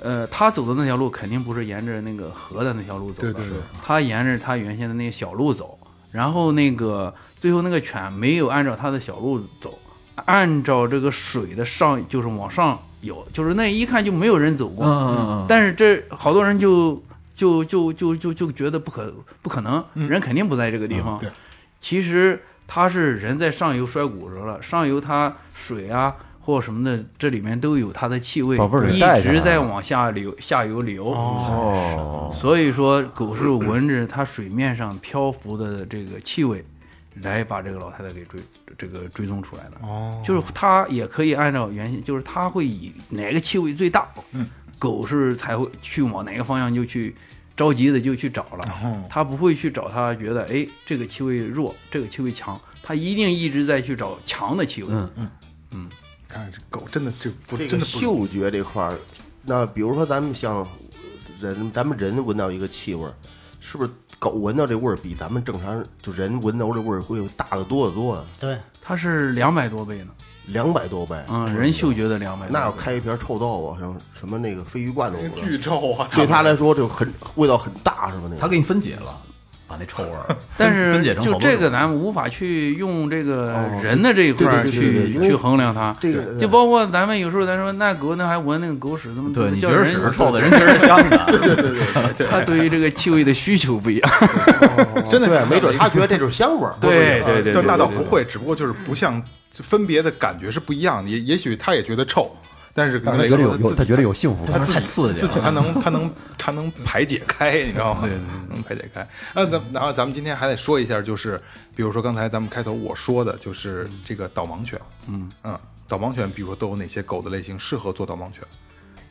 E: 呃，她走的那条路肯定不是沿着那个河的那条路走的，
C: 对对对
E: 她沿着她原先的那个小路走。然后那个最后那个犬没有按照它的小路走，按照这个水的上就是往上游，就是那一看就没有人走过。
F: 嗯嗯
E: 但是这好多人就就就就就就觉得不可不可能，人肯定不在这个地方。
C: 对
E: 其实他是人在上游摔骨折了，上游它水啊或什么的，这里面都有它的气味，
B: 把味儿给
E: 一
B: 带上来
E: 直
B: 了
E: 在往下流下游流。
B: 哦，
E: 所以说，狗是闻着它水面上漂浮的这个气味，来把这个老太太给追这个追踪出来的。哦，就是它也可以按照原先，就是它会以哪个气味最大，嗯，狗是才会去往哪个方向就去着急的就去找了，它不会去找它觉得哎这个气味弱，这个气味强，它一定一直在去找强的气味。嗯嗯，
C: 看这狗真的就不
D: 这
C: 真
D: 个
C: 的不
D: 嗅觉这块儿，那比如说咱们像人，咱们人闻到一个气味儿，是不是狗闻到这味儿比咱们正常人就人闻到这味儿会有大得多得多啊？
G: 对，
E: 它是两百多倍呢，
D: 两百多倍。
E: 嗯，人嗅觉的两百。
D: 那要开一瓶臭豆腐，什么什么那个鲱鱼罐头，
C: 巨臭啊！
D: 对他来说就很味道很大，是吧？那
F: 他
D: 个
F: 给你分解了，把那臭味儿分，
E: 但
F: 分解
E: 是
F: 成
E: 就
F: 好多
E: 这个，
F: 种
E: 咱们无法去用这个人的这一块儿
D: 对对对对对
E: 去
D: 因为
E: 去衡量它。
D: 这个
E: 就包括咱们有时候咱说那狗那还闻那个狗屎，那么
F: 对你觉
E: 叫
F: 得
E: 人
F: 屎是臭的，人觉得是香的，
C: *laughs*
E: 他对于这个气味的需求不一样。
C: 真的
D: 哎对，没准他觉得这就是香味儿。
E: *laughs* 对对对
C: 但
E: 啊对
C: 是大到不会，只不过就是不像就分别的感觉是不一样的。也也许他也觉得臭，但是可
B: 让
C: 能
B: 他
C: 雷
B: 觉
C: 哥
B: 得有
C: 自
B: 有，
C: 己
B: 他觉得有幸福
F: 他
B: 感。
F: 太刺激
C: 自己
F: 了。
C: 他能他能他能排解开，你知道吗？对对对，能排解开。那咱然后咱们今天还得说一下，就是比如说刚才咱们开头我说的，就是这个导盲犬，嗯嗯，导盲犬，比如说都有哪些狗的类型适合做导盲犬？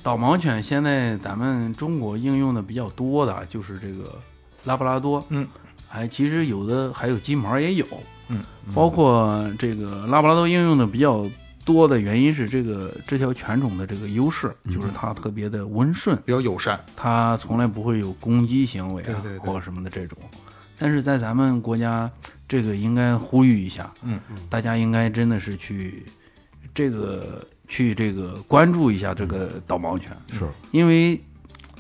E: 导盲犬现在咱们中国应用的比较多的就是这个拉布拉多，
C: 嗯，
E: 还其实有的还有金毛也有，嗯，包括这个拉布拉多应用的比较多的原因是这个这条犬种的这个优势，就是它特别的温顺，
C: 比较友善，
E: 它从来不会有攻击行为啊
C: 对对对
E: 或什么的这种。但是在咱们国家，这个应该呼吁一下，
C: 嗯，
E: 大家应该真的是去这个去这个关注一下这个导盲犬，
C: 嗯
F: 是
E: 因为，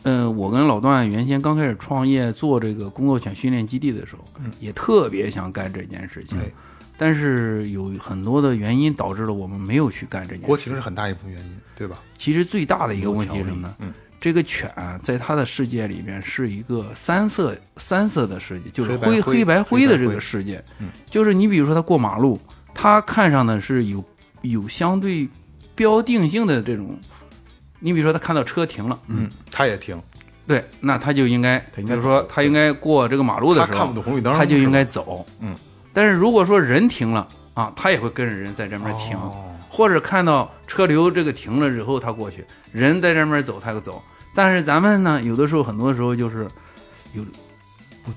E: 呃，我跟老段原先刚开始创业做这个工作犬训练基地的时候，也特别想干这件事情
C: 嗯对，
E: 但是有很多的原因导致了我们没有去干这件
C: 国
E: 事。
C: 情是很大一部分原因，对吧？
E: 其实最大的一个问题是什么呢？
C: 嗯
E: 这个犬啊在它的世界里面是一个三色三色的世界，就是
C: 黑白灰
E: 灰白
C: 黑
E: 灰
C: 白
E: 的这
C: 灰嗯
E: 个世界。就是你比如说它过马路，它看上的是有有相对标定性的这种。你比如说，它看到车停了，
C: 嗯，它也听，
E: 对，那他就应该，
F: 他应
E: 比
F: 该
E: 如说他应该过这个马路的
C: 他
E: 时候，
C: 看不懂红绿灯，
E: 他就应该走。
C: 嗯，
E: 但是如果说人停了啊，他也会跟着人在这面停，
C: 哦
E: 或者看到车流这个停了之后他过去，人在这面走他就走。但是咱们呢，有的时候很多时候就是有，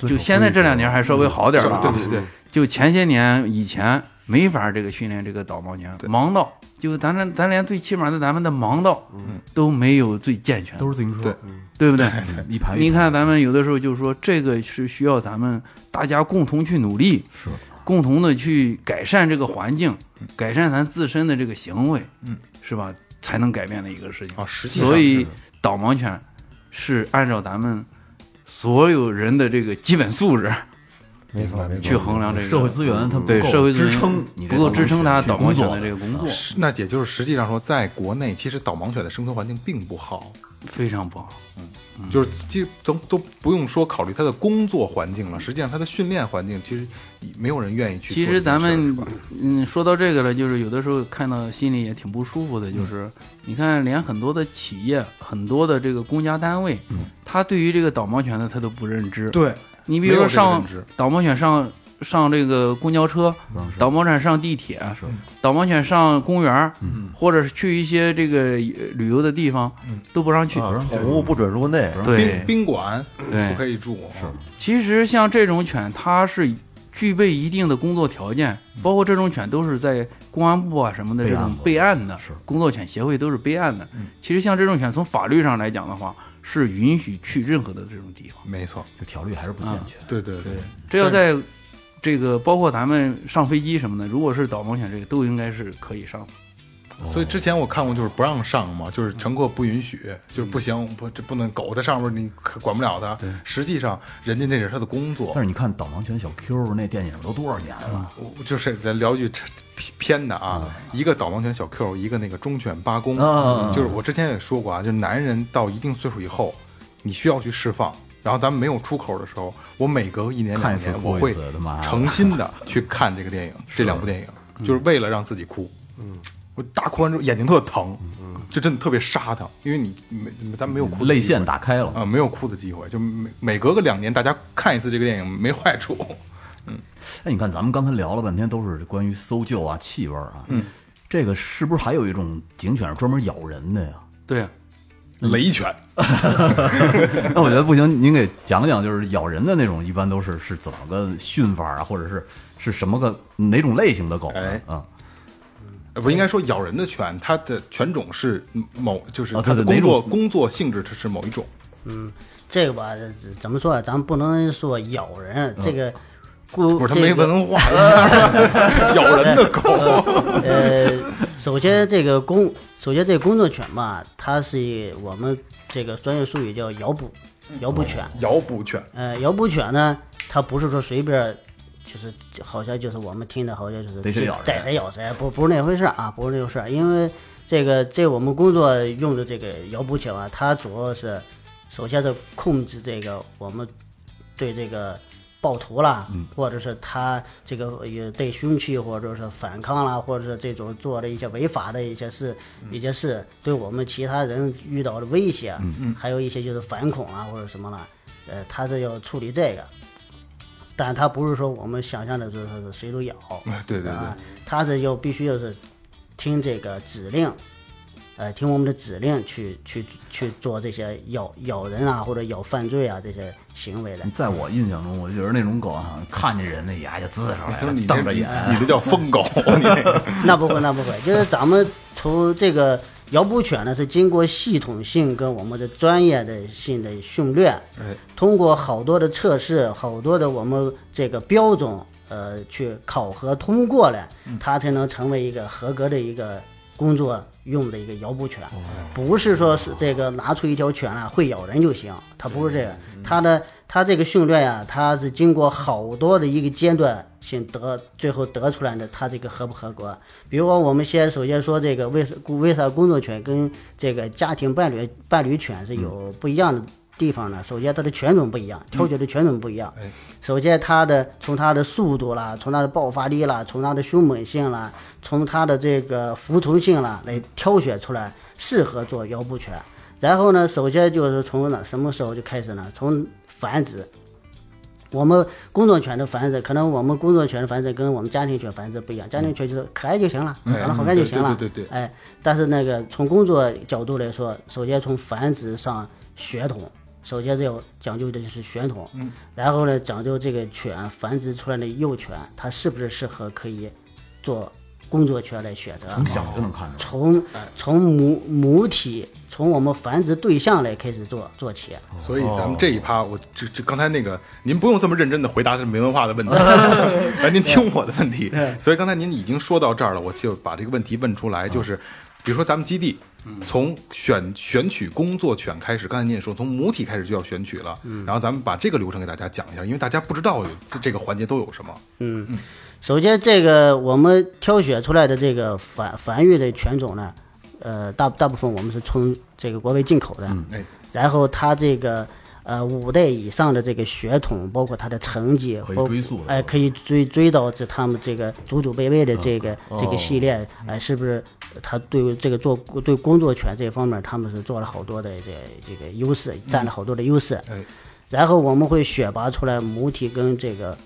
E: 就现在这两年还稍微好点
C: 嗯是
E: 了、
C: 吧
E: 啊，
C: 对对对，
E: 就前些年以前没法这个训练这个导盲犬，盲道就咱这咱连最起码的咱们的盲道
C: 嗯
E: 都没有最健全，
F: 都是自行车
C: 对，
E: 对不对？
F: 一排
E: 啊你看，咱们有的时候就说这个是需要咱们大家共同去努力，
F: 是
E: 共同的去改善这个环境，改善咱自身的这个行为，
C: 嗯，
E: 是吧？才能改变的一个事情
C: 啊，。实际上
E: 所以
C: 是
E: 导盲犬是按照咱们所有人的这个基本素质
B: 没错，没错
E: 去衡量这个
F: 社会资源，它不
E: 对
F: 够
E: 社会资
F: 支
E: 源
F: 撑你
E: 不够支撑它导盲犬的
F: 这
E: 这个工作
C: 是那也就是实际上说，在国内其实导盲犬的生存环境并不好，
E: 非常不好。
C: 就是其实都都不用说考虑它的工作环境了，实际上它的训练环境其实没有人愿意去做这
E: 其
C: 个事儿。
E: 实咱
C: 是
E: 们
C: 吧
E: 嗯说到这个了，就是有的时候看到心里也挺不舒服的，
C: 嗯
E: 就是你看连很多的企业、很多的这个公家单位，他对于这个导盲犬的他都不认知。
C: 嗯对
E: 你比如
C: 没
E: 说
C: 有
E: 上
C: 这个认知
E: 导盲犬上上这个公交车，导盲犬上地铁，导盲犬上公园，
C: 嗯
E: 或者是去一些这个呃旅游的地方都不让去。
C: 啊
B: 宠物不准入内，
E: 对
C: 宾宾馆
E: 对
C: 不可以住，啊是
E: 其实像这种犬，它是具备一定的工作条件，
C: 嗯
E: 包括这种犬都是在公安部啊什么的这种备案的，工作犬协会都是备案的。
C: 嗯
E: 其实像这种犬，从法律上来讲的话，是允许去任何的这种地方。
C: 没错，
F: 这条律还是不
E: 啊
F: 健全。
C: 对对对，
E: 这要在这个包括咱们上飞机什么的，如果是导盲犬，这个都应该是可以上。
C: 所以之前我看过，就是不让上嘛，就是乘客不允许，就是不行，不这不能狗在上面，你可管不了它。实际上，人家这是他的工作
F: 但。是你看导盲犬小 Q 那电影都多少年了？
E: 嗯
C: 我就是咱聊句偏的啊，一个导盲犬小 Q，一个那个忠犬八公
F: 嗯啊，
C: 就是我之前也说过啊，就男人到一定岁数以后，你需要去释放。然后咱们没有出口的时候，我每隔一年
F: 看
C: 两
F: 一次
C: 年，
F: 哭
C: 我
F: 一
C: 会
F: 次他妈的
C: 诚心的去看这个
F: *laughs*
C: 电影，这两部电影，就是为了让自己哭。
F: 嗯
C: 我大哭完之后眼睛特疼，就真的特别杀他，因为你没咱没有哭的
F: 嗯泪
C: 机会
F: 腺打开
C: 啊、
F: 了。
C: 没有哭的机会，就每每隔个两年大家看一次这个电影没坏处。
F: 哎，你看咱们刚才聊了半天都是关于搜救啊、气味儿啊，嗯，这个是不是还有一种警犬是专门咬人的
E: *laughs*
F: 呀？
E: 对啊，
F: 嗯
C: 雷犬
F: 那我觉得不行，您给讲讲，就是咬人的那种，一般都是是怎么个训法啊，或者是是什么个哪种类型的狗呢？
C: 哎
F: 啊，
C: 呃不应该说咬人的犬，它的犬种是某，就是
F: 啊
C: 它的
F: 对对
C: 工作、
F: 哪种
C: 工作性质它是某一种。
G: 这个吧，这怎么说啊？咱们不能说咬人，这个不
C: 不是它没文化，
G: 咬人的狗。
F: *laughs*
G: 呃，首先这个工，首先这个工作犬吧，它是以我们这个专业术语叫摇捕，摇捕犬。
C: 咬捕犬 *laughs*
G: 呃，摇捕犬呢，它不是说随便儿，就是好像就是我们听的，好像就是
F: 逮谁咬谁
G: 逮谁咬谁，不不是那回事儿啊，不是那回事儿。因为这个这我们工作用的这个摇捕犬啊，它主要是首先是控制这个我们对这个暴徒啦，
C: 嗯
G: 或者是他这个也对凶器或者是反抗啦，或者是这种做的一些违法的一些事，
C: 嗯
G: 一些事对我们其他人遇到的威胁，啊
C: 嗯
G: 还有一些就是反恐啊或者什么啦，呃，他是要处理这个。但他不是说我们想象的，就是说是谁都咬，
C: 哎对对对
G: 啊，他是要必须要是听这个指令，呃，听我们的指令去去去做这些咬咬人啊或者咬犯罪啊这些行为的。
F: 在我印象中，我觉得那种狗啊好像看见人那牙就呲上来
C: 就是
F: 了
C: 你，这
F: 哎
C: 啊
F: 瞪着眼。
C: 你这叫疯
F: *laughs*
C: 狗，你那个
G: *laughs* 那不会，那不会，就是咱们从这个摇捕犬呢，是经过系统性跟我们的专业的性的训练，通过好多的测试，好多的我们这个标准，呃，去考核通过了，它才能成为一个合格的一个工作用的一个摇捕犬，不是说是这个拿出一条犬啊会咬人就行，它不是这个，它的它这个训练啊，它是经过好多的一个阶段性得最后得出来的，它这个合不合格？比如说我们先首先说这个为为啥工作犬跟这个家庭伴侣伴侣犬是有不一样的。地方呢，首先它的犬种不一样，挑选的犬种不一样。首先它的从它的速度啦，从它的爆发力啦，从它的凶猛性啦，从它的这个服从性啦来挑选出来适合做腰部犬。然后呢，首先就是从哪什么时候就开始呢？从繁殖。我们工作犬的繁殖，可能我们工作犬的繁殖跟我们家庭犬繁殖不一样。家庭犬就是可爱就行了，
F: 嗯
G: 长得好看就行了。
C: 哎对对对对
G: 哎，但是那个从工作角度来说，首先从繁殖上血统，首先是要讲究的就是血统。嗯。然后呢，讲究这个犬繁殖出来的幼犬，它是不是适合可以做工作犬来选择？
F: 从小就能看出来。
G: 从从母母体，从我们繁殖对象来开始做做起。
C: 所以咱们这一趴，我这这刚才那个，您不用这么认真的回答这没文化的问
G: *laughs*
C: 题，哎，您听我的问题。所以刚才您已经说到这儿了，我就把这个问题问出来，就是，比如说咱们基地
G: 嗯
C: 从选选取工作犬开始，刚才您也说从母体开始就要选取了，
G: 嗯
C: 然后咱们把这个流程给大家讲一下，因为大家不知道有这这个环节都有什么。
G: 首先，这个我们挑选出来的这个繁繁育的犬种呢，呃，大大部分我们是从这个国外进口的，
C: 哎，
G: 然后它这个呃五代以上的这个血统，包括它的成绩，
F: 可以
G: 包括
F: 追溯的
G: 哎、可以追追到这他们这个祖祖辈辈的这个、
F: 哦
G: 这个系列，哎、是不是他对于这个做对工作犬这方面，他们是做了好多的这这个优势，占了好多的优势。
C: 哎
G: 然后我们会选拔出来母体跟这个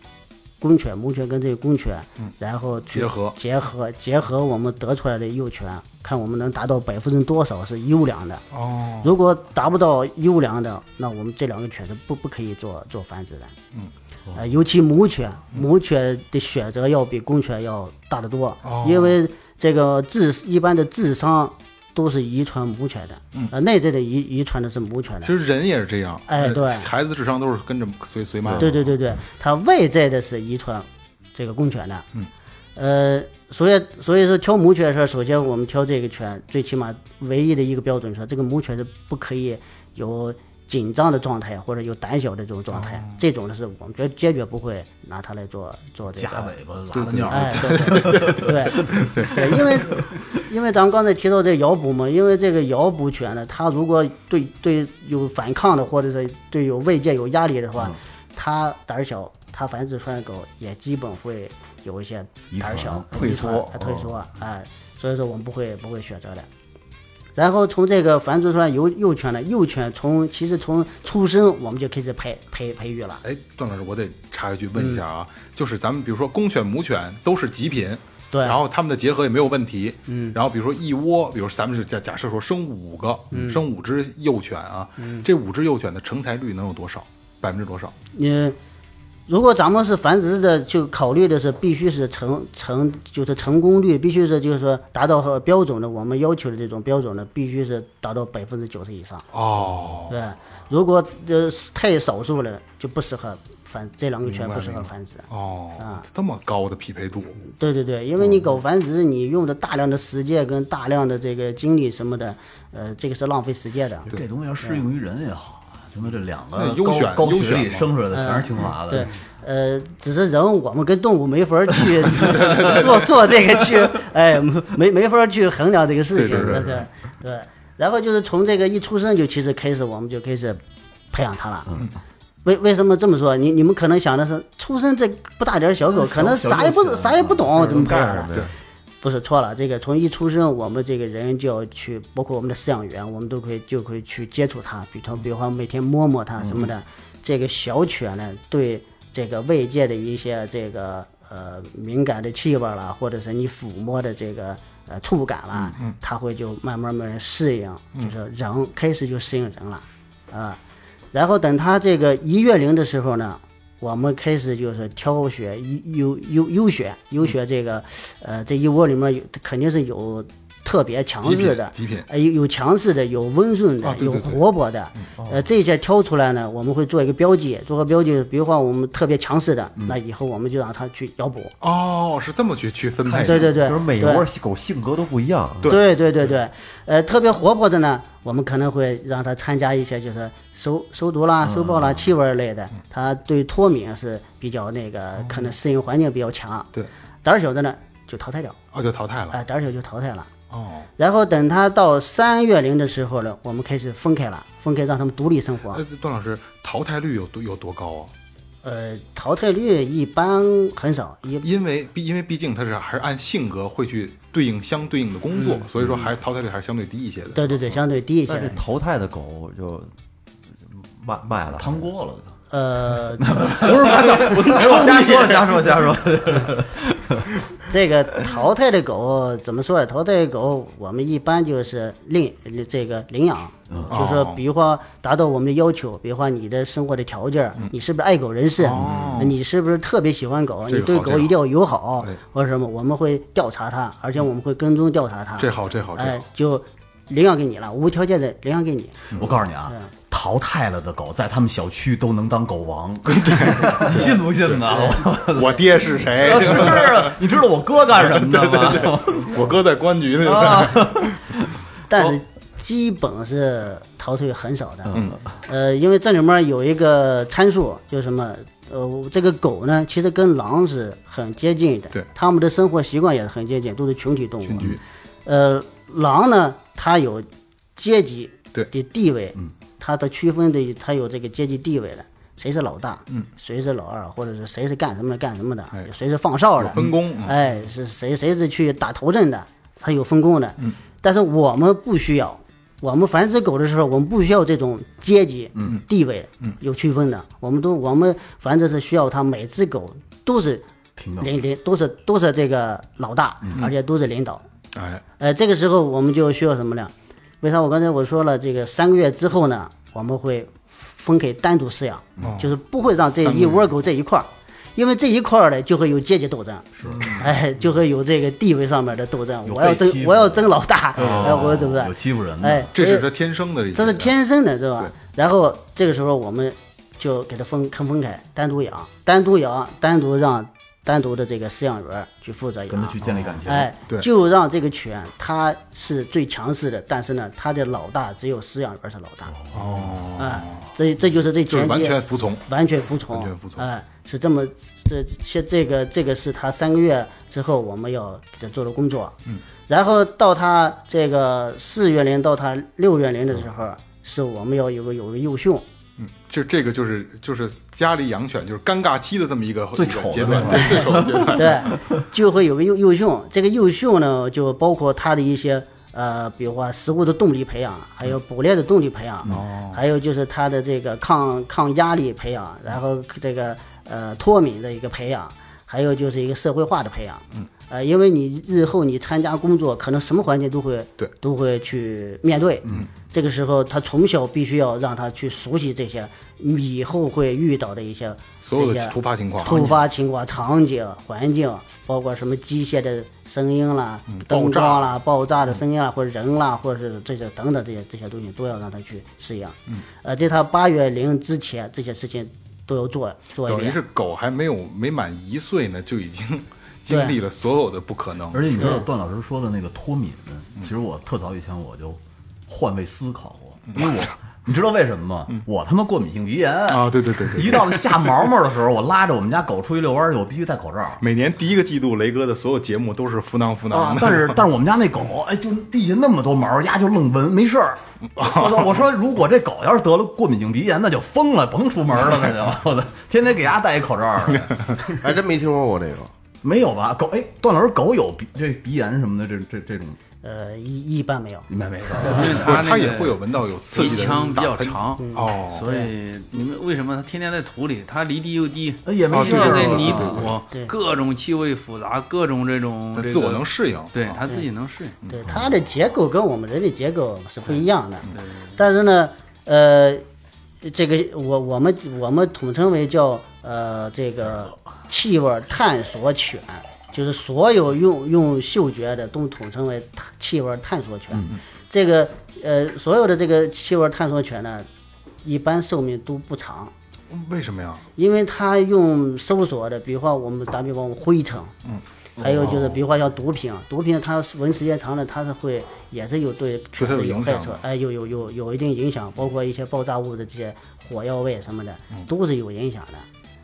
G: 公犬，母犬跟这个公犬，
F: 嗯
G: 然后去
C: 结合
G: 结合结合我们得出来的幼犬，看我们能达到百分之多少是优良的。
C: 哦，
G: 如果达不到优良的，那我们这两个犬是不不可以做做繁殖的。
C: 嗯，
G: 呃，尤其母犬，母犬的选择要比公犬要大得多，
C: 哦
G: 因为这个智一般的智商都是遗传母犬的，
C: 嗯
G: 呃，内在的遗遗传的是母犬的
C: 其。实人也是这样，
G: 哎对
C: 呃孩子智商都是跟着随随妈，
G: 对对对对，它外在的是遗传这个公犬的。
C: 嗯，
G: 呃，所以所以说挑母犬的时候，首先我们挑这个犬，最起码唯一的一个标准说，这个母犬是不可以有紧张的状态或者有胆小的这种状态，这种的是我们绝坚决不会拿它来做做这个。
F: 夹尾巴、拉
B: 啊
F: 了尿，
G: 哎，对对对对，因为
B: *laughs*
G: 因为咱们刚才提到这咬捕嘛，因为这个咬捕犬呢，它如果对对有反抗的，或者是对有外界有压力的
B: 嗯
G: 话，它胆小，它繁殖出来的狗也基本会有一些胆小、
B: 退缩哦
G: 遗传哎退
F: 嗯
G: 缩，哎，所以说我们不会不会选择的。然后从这个繁殖出来幼幼犬呢，幼犬从其实从出生我们就开始培培培育了，
C: 哎，段老师，我得插一句问一下
G: 嗯
C: 啊，就是咱们比如说公犬、母犬都是极品，
G: 对
C: 然后它们的结合也没有问题，嗯，然后比如说一窝，比如咱们是假假设说生五个，
G: 嗯
C: 生五只幼犬啊，这五只幼犬的成才率能有多少？百分之多少？
G: 你如果咱们是繁殖的，就考虑的是必须是成成就是成功率，必须是就是说达到和标准的，我们要求的这种标准呢，必须是达到百分之九十以上，
C: 哦，
G: 对吧。如果呃太少数了，就不适合繁，这两个犬不适合繁殖。啊
C: 哦，这么高的匹配度，
G: 对对对，因为你搞繁殖，你用的大量的时间跟大量的这个精力什么的，呃，这个是浪费时间的。
F: 这东西要适用于人也好啊，他妈这两
C: 那
F: 个
C: 优选
F: 高高
C: 优
F: 学
C: 选
F: 历
C: 嘛
F: 生出来的全是清华的，
G: 对，呃，只是人我们跟动物没法
C: *laughs*
G: 儿去做做这个去，哎，没没法儿去衡量这个事情，
C: 对对对
G: 对对然后就是从这个一出生就其实开始，我们就开始培养它了。为为什么这么说？你你们可能想的是，出生这不大点儿小狗，可能
F: 小
G: 啥也
F: 小
G: 不
F: 狗
G: 啥也不懂，怎么培养的？
C: 对，
G: 啊不是错了，这个从一出生，我们这个人就要去，包括我们的饲养员，我们都可以就可以去接触它，比方比方每天摸摸它什么的。这个小犬呢，对这个外界的一些这个呃敏感的气味儿啦，或者是你抚摸的这个呃触感啦，它会就慢慢慢慢适应，就是人开始就适应人了，啊、然后等它这个一月龄的时候呢，我们开始就是挑选优优优优选优选这个，呃，这一窝里面有肯定是有特别强
C: 极
G: 势
C: 品
G: 的，
C: 极品，
G: 呃，有有强势的，有温顺的，
C: 啊对对对
G: 有活泼的，呃，这些挑出来呢，我们会做一个标记，做个标记，比如说我们特别强势的，那以后我们就让它去咬捕，
C: 哦，是这么去去分配
G: 对
C: 的，
G: 对对，
B: 就是每
G: 对
B: 窝狗性格都不一样，
C: 对
G: 对对对对，呃，特别活泼的呢，我们可能会让他参加一些就是收收毒啦、收报啦、气味儿类的，他对脱敏是比较那个，可能适应环境比较强。
C: 对，
G: 胆小的呢就淘汰掉，
C: 哦，就淘汰
G: 哎、
C: 了，
G: 胆小就淘汰了。
C: 哦，
G: 然后等他到三月龄的时候呢，
C: 呃
G: 我们开始分开了，分开让他们独立生活
C: 哎。，段老师，淘汰率有多有多高啊？
G: 呃，淘汰率一般很少，一
C: 因为毕因为毕竟它是还是按性格会去对应相对应的工作，所以说还是淘汰率还是相对低一些的。
G: 对对对，相对低一
B: 但这
G: 些。
B: 淘汰的狗就卖卖了，
F: 汤锅了。
G: 呃，
B: 我瞎说瞎说瞎说，
G: 这个淘汰的狗怎么说呀？淘汰的狗我们一般就是领这个领养，
C: 嗯
G: 就是说，比如说达到我们的要求，比如说你的生活的条件，
C: 嗯
G: 你是不是爱狗人士，你是不是特别喜欢狗，
C: 哦这个
G: 你对
C: 好这
G: 狗
C: 个
G: 一定要友好
C: 哎
G: 或者什么，我们会调查它，而且我们会跟踪调查它。
C: 嗯这好这好这
G: 哎
C: 好，，
G: 就领养给你了，无条件的领养给你。
F: 我告诉你啊，淘汰了的狗在他们小区都能当狗王，你信不信呢？
C: *laughs* 我爹 *laughs* 是谁？
F: 是啊，你知道我哥干什么的吗？
C: 我哥在公安局那 *laughs* 个。
G: 但是基本是淘汰很少的。
C: 嗯
G: 呃，因为这里面有一个参数，就是什么？呃，这个狗呢，其实跟狼是很接近的，
C: 对
G: 它们的生活习惯也是很接近，都是群体动物。呃，狼呢，它有阶级
C: 对嗯
G: 的地位，它的区分的，它有这个阶级地位的。谁是老大？嗯，谁是老二，或者是谁是干什么的干什么的，
C: 哎
G: 谁是放哨的，
C: 有分工嗯
G: 哎，是谁谁是去打头阵的，它有分工的。嗯，但是我们不需要，我们繁殖狗的时候，我们不需要这种阶级、嗯、地位、嗯、有区分的。我们都我们繁殖是需要它每只狗都是
F: 平等
G: 领领都是都是这个老大，而且都是领导。
C: 哎，
G: 呃，这个时候我们就需要什么呢？为啥我刚才我说了，这个三个月之后呢，我们会分给单独饲养，
F: 哦
G: 就是不会让这一窝狗这一块儿，因为这一块儿呢就会有阶级斗争，是，哎，就会有这个地位上面的斗争。
F: 有
G: 我要
F: 被
G: 争
F: 欺，负
G: 我要
F: 的
G: 争老大，哎，我对不对？
F: 有哦欺负人的，
G: 哎，
C: 这是他
G: 所以
C: 天生的一些，
G: 这是天生的，是吧？然后这个时候我们就给它分坑分开，单独养，单独养，单独让单独的这个饲养员去负责养，
F: 跟他去建立感情。
G: 哎，
C: 对
G: 就让这个犬它是最强势的，但是呢，它的老大只有饲养员是老大。
C: 嗯
G: 哦，哎，这这就是最
C: 就是
G: 前
C: 完
G: 提，
C: 全服从。
G: 完全服从，
C: 完全服从
G: 哎，是这么这这这个这个是它三个月之后我们要给它做的工作。嗯，然后到它这个四月龄到它六月龄的时候，是我们要有个有个幼训。
C: 嗯就这个就是就是家里养犬就是尴尬期的这么一个
F: 最丑的
C: 一个阶段，
F: 那
C: 对最丑的阶段。
G: *laughs* 对，就会有个幼幼秀。这个幼秀呢，就包括它的一些呃，比如说食物的动力培养，还有捕猎的动力培养，
C: 哦
G: 还有就是它的这个抗抗压力培养，然后这个呃脱敏的一个培养，还有就是一个社会化的培养。嗯。呃，因为你日后你参加工作，可能什么环境都会
C: 对
G: 都会去面对。嗯，这个时候他从小必须要让他去熟悉这些以后会遇到的一些
C: 所有的
G: 这些
C: 突发情况啊
G: 突发情况、场景、环境，包括什么机械的声音啦、
C: 嗯
G: 灯光啦、爆炸的声音啦，或者人啦，或者是这些等等这些这些东西，都要让他去适应。嗯，呃，在他八月龄之前，这些事情都要做做一
C: 等于
G: 遍。
C: 是狗还没有没满一岁呢，就已经 *laughs* 经历了所有的不可能。
F: 而且你知道段老师说的那个脱敏，其实我特早以前我就换位思考过，
C: *laughs*
F: 因为我你知道为什么吗？我他妈过敏性鼻炎
C: 嗯啊，对对对对，
F: 一到了下毛毛的
C: *laughs*
F: 时候，我拉着我们家狗出去遛弯儿去，我必须戴口罩。
C: 每年第一个季度，雷哥的所有节目都是扶囊扶
F: 啊
C: 囊！的。 *laughs*
F: 但是但是我们家那狗，哎，就地下那么多毛，丫就愣闻，没
C: *laughs*
F: 事儿。我操！我说如果这狗要是得了过敏性鼻炎，那就疯了，甭出门了，那就 *laughs* 我操，天天给丫戴一口罩儿。
C: *laughs*
D: 还哎真没听说过这个。
F: 没有吧？狗哎，段老师，狗有鼻这鼻炎什么的，这这这种
G: 呃，一一般没有。
F: 没没事儿。
E: 因为
C: 不是
E: 那
C: 它也
E: 个
C: 会有闻到有刺
E: 鼻
C: 激的
E: 腔比较
C: 打喷
E: 长，
C: 哦，
E: 所以你们为什么它天天在土里？它离地又低，
C: 哦
F: 呃也没
E: 天
F: 事儿
E: 天哦在
F: 啊
E: 泥
G: 对
E: 土，各种气味复杂，各种这种
C: 那
E: 这
C: 自我
E: 个
C: 能适应。嗯
E: 对它自己能适应。
G: 对，它的结构跟我们人的结构是不一样的。但是呢，呃，这个我我们我们统称为叫呃这个气味探索犬，就是所有用用嗅觉的都统称为探气味探索犬。这个呃所有的这个气味探索犬呢，一般寿命都不长。
C: 为什么呀？
G: 因为它用搜索的，比如说我们打比方，我们灰尘，嗯，还有就是比如说像毒品，毒品它闻时间长了，它是会也是有对
C: 对它有
G: 犬的有
C: 影
G: 害
C: 响
G: 处
C: 的，
G: 哎，有有有有一定影响，包括一些爆炸物的这些火药味什么的，都是有影响的。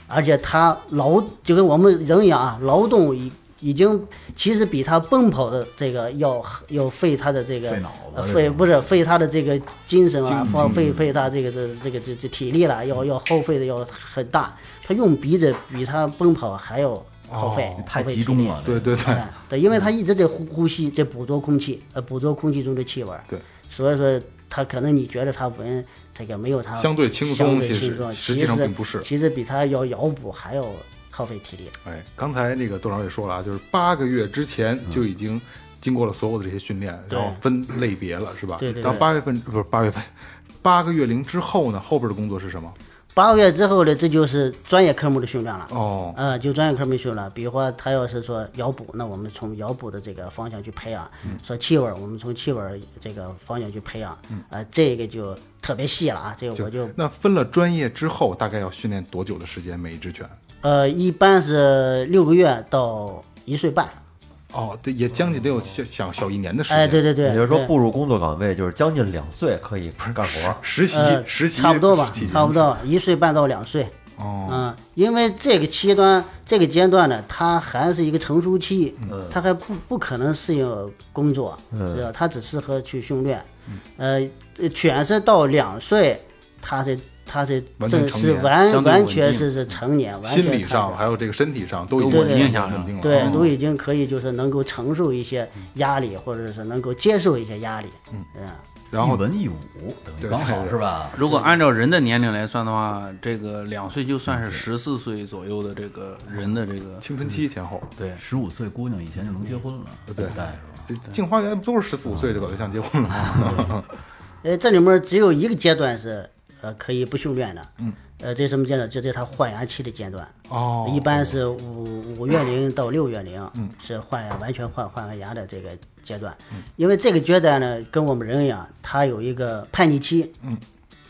G: 而且它劳就跟我们人一样啊，劳动一已经其实比他奔跑的这个要要费他的这个
F: 费脑子
G: 呃
F: 这
G: 费
C: 嗯
F: 种
G: 不是费他的这个精神啊，放费费他这个这这个这这体力了，
C: 嗯
G: 要要耗费的要很大。他用鼻子比他奔跑还要耗费，
C: 哦
F: 太
G: 耗费
F: 集
G: 体
F: 中
G: 力
F: 了，
C: 对对对，
G: 哎对，因为他一直在呼呼吸，在捕捉空气，呃，捕捉空气中的气味儿。
C: 对，
G: 所以说他可能你觉得他闻这个没有他
C: 相对轻松
G: 相对
C: 其实
G: 轻松
C: 实
G: 其
C: 际上
G: 实
C: 并不是
G: 其实比他要遥捕还要耗费体力。
C: 哎，刚才那个段老师也说了啊，就是八个月之前就已经经过了所有的这些训练，
G: 对
C: 然后分类别了，是吧？
G: 对对对
C: 到八月份不是八月份， *laughs* 八个月龄之后呢，后边的工作是什么？
G: 八个月之后呢，这就是专业科目的训练了。
C: 哦，
G: 呃，就专业科目训练，比如说他要是说摇捕，那我们从摇捕的这个方向去培养；说气味儿，我们从气味儿这个方向去培养。呃，这个就特别细了啊，这个我就
C: 那分了专业之后，大概要训练多久的时间？每一只犬？
G: 呃，一般是六个月到一岁半。
C: 哦，得也将近得有小小小一年的时间。
G: 哎，对对对，
B: 也就是说
G: 对
B: 步入工作岗位就是将近两岁可以干活儿，
C: 实习
G: 呃，
C: 实习
G: 差不多吧
C: 实习，
G: 差不多一岁半到两岁。
C: 哦
G: 嗯，因为这个期端这个阶段呢，它还是一个成熟期，
C: 嗯
E: 嗯
G: 它还不不可能适应工作，是吧？它只适合去训练。
C: 嗯
G: 呃，呃犬是到两岁，它是它是
C: 完全
G: 正
C: 成
G: 是
C: 年
E: 相
G: 完
E: 对稳
G: 完
E: 定
G: 全是是成年，完全
C: 心理
G: 它
C: 上
G: 的
C: 还有这个身体上都已经
G: 对
C: 稳
G: 对
C: 定
G: 对
C: 了稳定了。
G: 对，
C: 哦
G: 都已经可以就是能够承受一些压力，或者是能够接受一些压力。嗯，
C: 然后
F: 一文一武，等于
C: 对
F: 刚
C: 对
F: 好
C: 对
F: 是吧？
E: 如果按照人的年龄来算的话，这个两岁就
C: 嗯
E: 算是十四岁左右的这个人的这个
C: 青春期前后，
E: 对
F: 十五岁姑娘以前就能结婚了，
C: 对
F: 大概是吧？
C: 这镜花缘不都是十四五岁就搞
G: 嗯
C: 对象结婚了
G: *laughs*
C: 吗？
G: 呃，这里面只有一个阶段是呃可以不训练的。嗯，呃，这什么阶段？就在它换牙期的阶段。呃
C: 哦，
G: 一般是五五月龄到六月龄，是换完全换换完牙的这个阶段，因为这个阶段呢，跟我们人一样，它有一个叛逆期，嗯，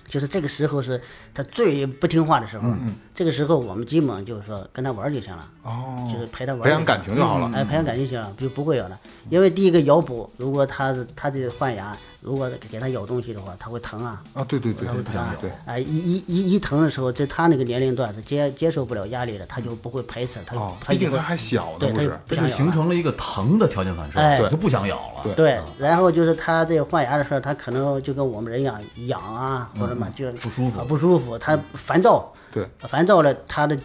G: 就是这个时候是它最不听话的时候，这个时候我们基本就是说跟他玩儿就行了，
C: 哦
G: 就是陪他玩儿
C: 培
G: 就行了，
C: 养感情就好了
G: 哎，培养感情就行了，就不会咬了，因为第一个咬捕，如果它是它这个换牙，如果给它咬东西的话，它会疼啊，
C: 啊，对对对，
G: 疼啊
C: 对，
G: 哎，一一一一疼的时候，在他那个年龄段是接接受不了压力的，他就不会排斥，他
C: 哦，
G: 他
C: 毕
G: 就
C: 竟
G: 会
C: 他还小呢，
G: 对
C: 不
G: 他
C: 是？
F: 这
G: 不想
F: 就
G: 咬
F: 形
G: 了
F: 成了一个疼的条件反射，
G: 哎
F: 就不想咬了。
C: 对
G: 对，然后就是他这换牙的时候，他可能就跟我们人一样痒啊，
C: 嗯
G: 或者嘛就
F: 不舒服
G: 啊不舒服，他烦躁，
C: 对，
G: 烦躁了，他的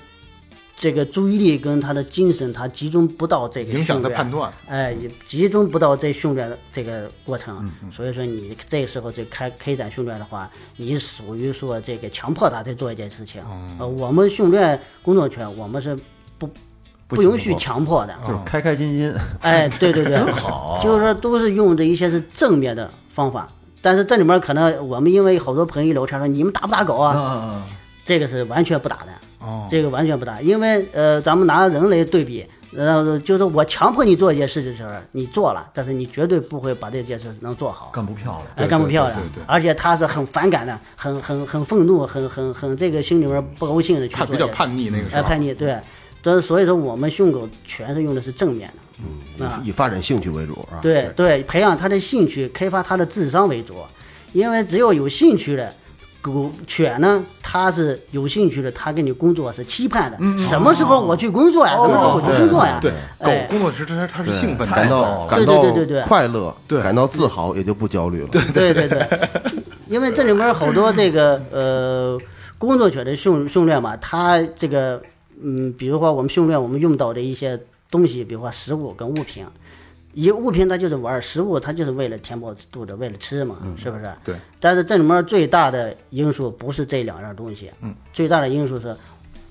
G: 这个注意力跟他的精神，他集中不到这个
C: 影响
G: 训
C: 他
G: 练
C: 判断。
G: 哎，也集中不到这训练的这个过
B: 嗯
G: 程，啊所以说你这时候就开开展训练的话，你属于说这个强迫他去做一件事情。
B: 哦
G: 呃，我们训练工作犬，我们是不
B: 不
G: 不允
B: 强
G: 许
B: 迫哦
G: 强迫的。
B: 就是开开心心。
G: 哎，对对对，
B: *laughs*
F: 好
G: 就是说都是用的一些是正面的方法，但是这里面可能我们因为好多朋友一聊天说你们打不打狗啊？
F: 嗯嗯
G: 这个是完全不打的，
C: 哦
G: 这个完全不打，因为呃，咱们拿人类对比，呃，就是我强迫你做一件事情的时候，你做了，但是你绝对不会把这件事能做好
F: 嗯，，干不漂亮。
G: 哎，干不漂亮
C: 对对对，
G: 而且他是很反感的，很很很愤怒，很很很这个心里面不高兴的去
C: 他
G: 做，
C: 比较叛逆那个时
G: 哎，
C: 候，
G: 叛逆，对，但是所以说我们训狗全是用的是正面的。啊
D: 以以发展兴趣为主啊。
G: 对对，培养他的兴趣，开发他的智商为主，因为只有有兴趣的狗犬呢，它是有兴趣的，它跟你工作是期盼的，什么时候我去工作呀？什么时候我去工作呀？
C: 对，狗
G: 哎
C: 工作时他他是兴奋的，
D: 感到
G: 对
D: 感
G: 对
D: 到
G: 对对对
D: 快乐，
C: 对
D: 感到自豪，也就不焦虑了。对，
G: 对对对， *laughs* 因为这里面好多这个呃工作犬的训训练嘛，它这个嗯，比如说我们训练我们用到的一些东西，比如说食物跟物品。一物品它就是玩儿，食物它就是为了填饱肚子，为了吃嘛，是不是？
C: 对。
G: 但是这里面最大的因素不是这两样东西，嗯，最大的因素是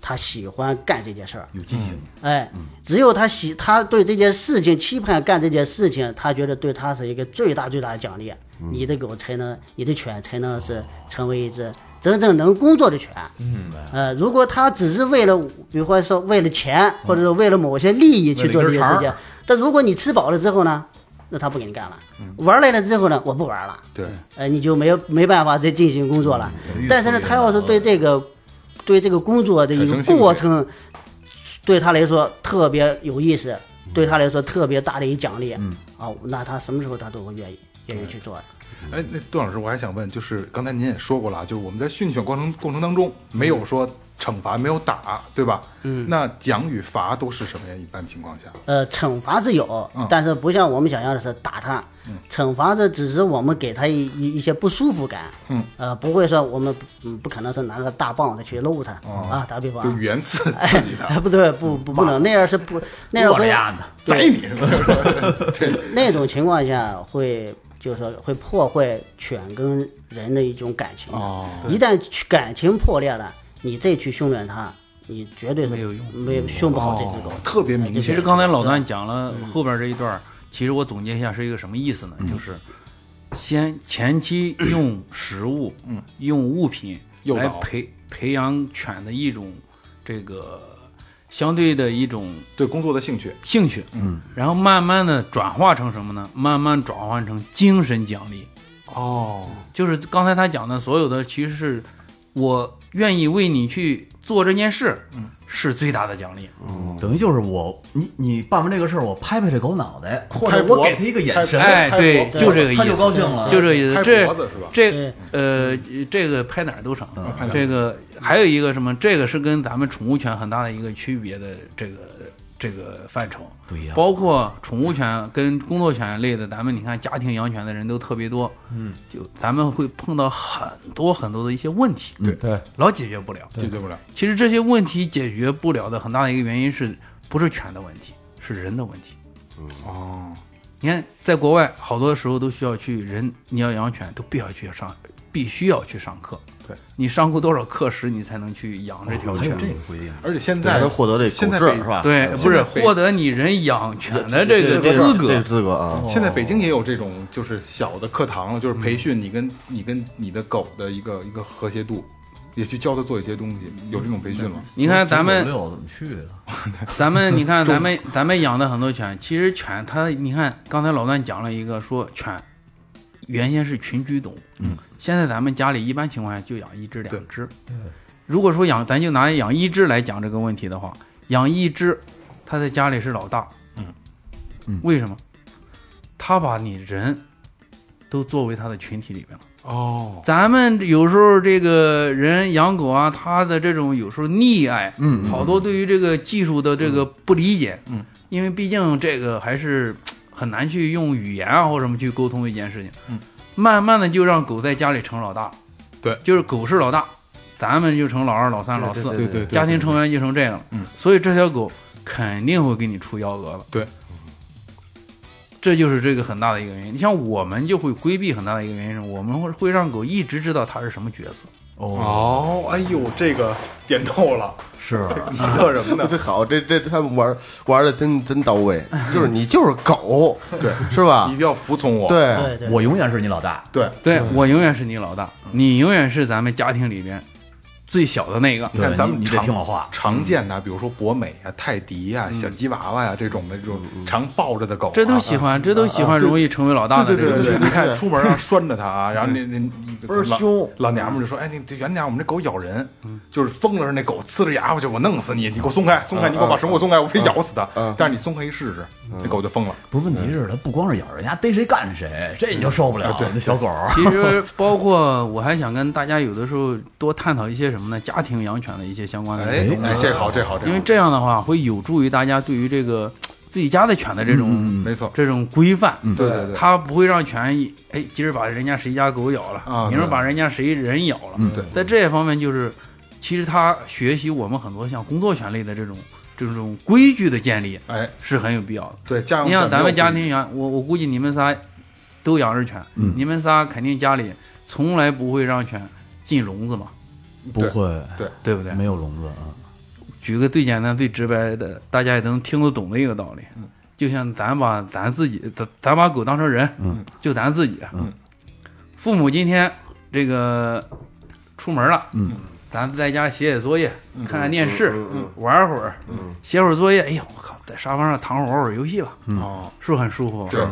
G: 他喜欢干这件事儿，
F: 有激情，
G: 哎，只有他喜，他对这件事情期盼干这件事情，他觉得对他是一个最大最大的奖励。你的狗才
C: 嗯
G: 能，你的犬才能是成为一只真正能工作的犬。嗯，呃，如果他只是为了，比如说为了钱，或者说为了某些利益去做这些事
C: 嗯为了一根
G: 情，但如果你吃饱了之后呢，那他不给你干了。
C: 嗯
G: 玩累了之后呢，我不玩了。
C: 对，
G: 呃，你就没有没办法再进行工作了。
C: 嗯
G: 但是呢，他要是对这个对这个工作的一个
C: 啊产生兴趣
G: 过程，对他来说特别有意思，对他来说特别大的一奖励。嗯，啊，那他什么时候他都会愿意愿意去做的。
C: 哎，
G: 嗯
C: 那段老师，我还想问，就是刚才您也说过了啊，就是我们在训犬过程过程当中，没有说惩罚没有打，对吧？嗯，那奖与罚都是什么呀？一般情况下，
G: 呃，惩罚是有，
C: 嗯
G: 但是不像我们想要的是打他，惩罚这只是我们给他一一一些不舒服感，嗯，呃，不会说我们不嗯不可能是拿个大棒子去搂他、啊，打比方
C: 哦就
G: 啊，
C: 语言刺刺激他，
G: *laughs* 哎，不对，不不不能那样是不那样
E: 我
G: 会
E: 的呀呢，
C: 宰你是吧？
G: 那种情况下会就是说会破坏犬跟人的一种感情的。
C: 哦
G: 一旦感情破裂了，你再去训练它，你绝对是
E: 没有用哦
G: 没有训不好这只狗。
C: 特别明
E: 其
C: 显
E: 实。刚才老
C: 嗯
E: 段讲了后边这一段儿，其实我总结一下是一个什么意思呢？
C: 嗯
E: 就是先前期用食物、用物品
C: 嗯诱
E: 来
C: 导
E: 培培养犬的一种这个相对的一种
C: 对工作的兴趣，
E: 兴趣，嗯，然后慢慢的转化成什么呢？慢慢转换成精神奖励。
C: 哦，
E: 就是刚才他讲的所有的，其实是我愿意为你去做这件事，是最大的奖励。
F: 等于就是我，你你办完这个事儿，我拍拍这狗脑袋，或
C: 拍
F: 者
C: 脖
F: 我给它一个眼神，
E: 哎，
C: 拍
E: 对，
C: 脖
E: 就这个意
F: 他就
E: 思，
F: 高兴了。
E: 就这个意
C: 拍
E: 思。这
C: 脖子是吧？
E: 这
G: 对
E: 呃，这个拍哪儿都成
C: 拍哪儿。
E: 这个还有一个什么？这个是跟咱们宠物犬很大的一个区别的这个这个范畴
F: 不一样
E: 包括宠物犬跟工作犬类的，咱们你看家庭养犬的人都特别多，嗯，就咱们会碰到很多很多的一些问题，
B: 对对，
E: 老解决不了。
C: 解决不了。
E: 其实这些问题解决不了的很大的一个原因是不是犬的问题，是人的问题。
C: 哦，
E: 你看，在国外好多时候都需要去人，你要养犬都必要去上，必须要去上课。
C: 对，
E: 你上过多少课时，你才能去养这条
F: 哦还有
E: 犬？
F: 这个啊规定，
C: 而且现
D: 才
C: 在
D: 能获得这
C: 现
D: 狗
C: 在
D: 证儿
C: 北
D: 是吧？
E: 对，不是获得你人养犬的这个
D: 这
E: 资
D: 这
E: 格
D: 个。资格啊， *laughs*
C: 现在北京也有这种，就是小的课堂了，就是培训你跟你跟你的狗的一个一个和谐度，也去教它做一些东西，有这种培训吗？
E: 你看咱们
F: 九九六怎么去啊的？
E: 咱们你看，咱们咱们养的很多犬，其实犬它，你看刚才老段讲了一个说犬原先是群居动物，嗯，现在咱们家里一般情况下就养一只两只，对，如果说养，咱就拿养一只来讲这个问题的话，养一只，它在家里是老大，嗯，为什么？它把你人都作为它的群体里边了。
C: 哦，
E: 咱们有时候这个人养狗啊，他的这种有时候溺爱，嗯，好多对于这个技术的这个不理解，嗯，因为毕竟这个还是很难去用语言啊或什么去沟通一件事情，嗯，慢慢的就让狗在家里成老大，
C: 对
E: 就是狗是老大，咱们就成老二、老三、老四，
C: 对对，
E: 家庭成员就成这样了。
C: 嗯，
E: 所以这条狗肯定会给你出幺蛾子。
C: 对，
E: 这就是这个很大的一个原因。你像我们就会规避很大的一个原因是，我们会会让狗一直知道它是什么角色。
C: 哦，哎呦，这个点透了，
F: 是
C: *laughs* 你乐什么呢？
D: 这好，这这他们玩玩的真真到位，就是你就是狗，
C: 对，
D: 是吧
C: 你一？定要服从我。
D: 对，
G: 对对，
F: 我永远是你老大。
C: 对，
E: 对我永远是你老大，
C: 嗯
E: 你永远是咱们家庭里边最小的那个。
C: 看
F: 对
C: 咱们
F: 你你得
C: 常
F: 听我话
C: 常见的，比如说博美啊、泰迪啊、小吉娃娃呀这种的这种常抱着的狗啊，
E: 这都喜欢，这都喜欢，容易成为老大的
C: 啊对
E: 这个
C: 对
E: 角色
C: 对，。你看出
E: *laughs*
C: 门啊，拴着它啊，然后那那那
B: 倍儿凶
C: 老老娘们就说：“哎，你这远点儿，我们这狗咬人。”
E: 嗯
C: 就是疯了似的，那狗呲着牙，我就我弄死你，你给我松开，松开，你给我
E: 嗯
C: 把绳给我松开，我非咬死它。但是你松开一试试，那狗就疯了。
F: 不是，问题是它不光是咬人家，逮谁干谁，这你就受不
E: 啊
F: 了。对，那小狗儿
E: 其实包括我还想跟大家有的时候多探讨一些什么呢？家庭养犬的一些相关的
C: 哎
E: 内容。
C: 哎，这好这好这
E: 嗯因为
C: 好，
E: 这样的话会有助于大家对于这个自己家的犬的这种、
C: 嗯没错，
E: 这种规范。
C: 嗯对对对，
E: 它不会让犬一哎，今儿把人家谁家狗咬了，
C: 啊
E: 明儿
C: 对嗯
E: 把人家谁人咬了。
C: 对
E: 在这方面，就是其实它学习我们很多像工作犬类的这种这种规矩的建立
C: 哎
E: 是很有必要的。
C: 对，家用
E: 你像
C: 犬没
E: 咱
C: 有
E: 们家
C: 规矩
E: 庭养，我我估计你们仨都养着犬，
F: 嗯
E: 你们仨肯定家里从来不会让犬进笼子嘛，
F: 不会，
E: 对不对？
F: 没有笼子啊。
E: 举个最简单、最直白的，大家也能听得懂的一个道理，就像咱把咱自己，咱咱把狗当成人，就咱自己，啊父母今天这个出门了，咱在家写写作业，
C: 嗯
E: 看看电视，玩会儿，写会儿作业，哎呀，我靠，在沙发上躺会儿玩会儿游戏吧，
C: 哦，
E: 是不是很舒服？
C: 对，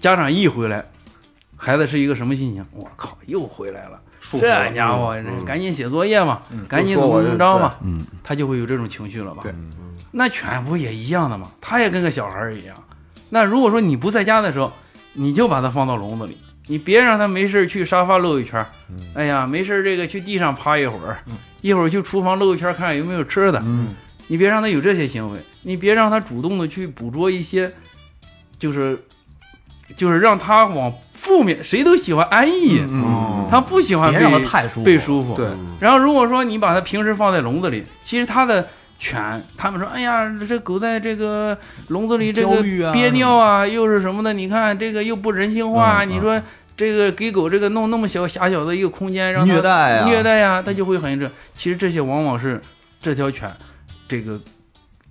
E: 家长一回来，孩子是一个什么心情？我靠，又回来了。
C: 束缚
E: 这
C: 了嗯
E: 家伙，赶紧写作业嘛，赶紧
D: 就
E: 怎
D: 说
E: 么
D: 我
E: 怎么着嘛
D: 对，
E: 他就会有这种情绪了吧？
C: 对
E: 那犬不也一样的吗？它也跟个小孩儿一样。那如果说你不在家的时候，你就把它放到笼子里，你别让他没事儿去沙发溜一圈儿，
C: 嗯
E: 哎呀，没事儿这个去地上趴一会儿，一会儿去厨房溜一圈儿看看有没有吃的，
C: 嗯
E: 你别让他有这些行为，你别让他主动的去捕捉一些，就是就是让他往负面，谁都喜欢安逸，
F: 嗯
E: 他不喜欢
F: 别
E: 被
F: 让他太舒服
E: 嗯被舒服，
C: 对
E: 然后如果说你把它平时放在笼子里，其实它的犬，他们说，哎呀，这狗在这个笼子里这
F: 焦
E: 个
F: 虑啊
E: 憋尿啊，又是什么的？你看这个又不人性化，
F: 嗯嗯
E: 你说。这个给狗这个弄那么小狭小的一个空间，让它
F: 虐待呀
E: 虐待啊呀，它就会很这。其实这些往往是这条犬，这个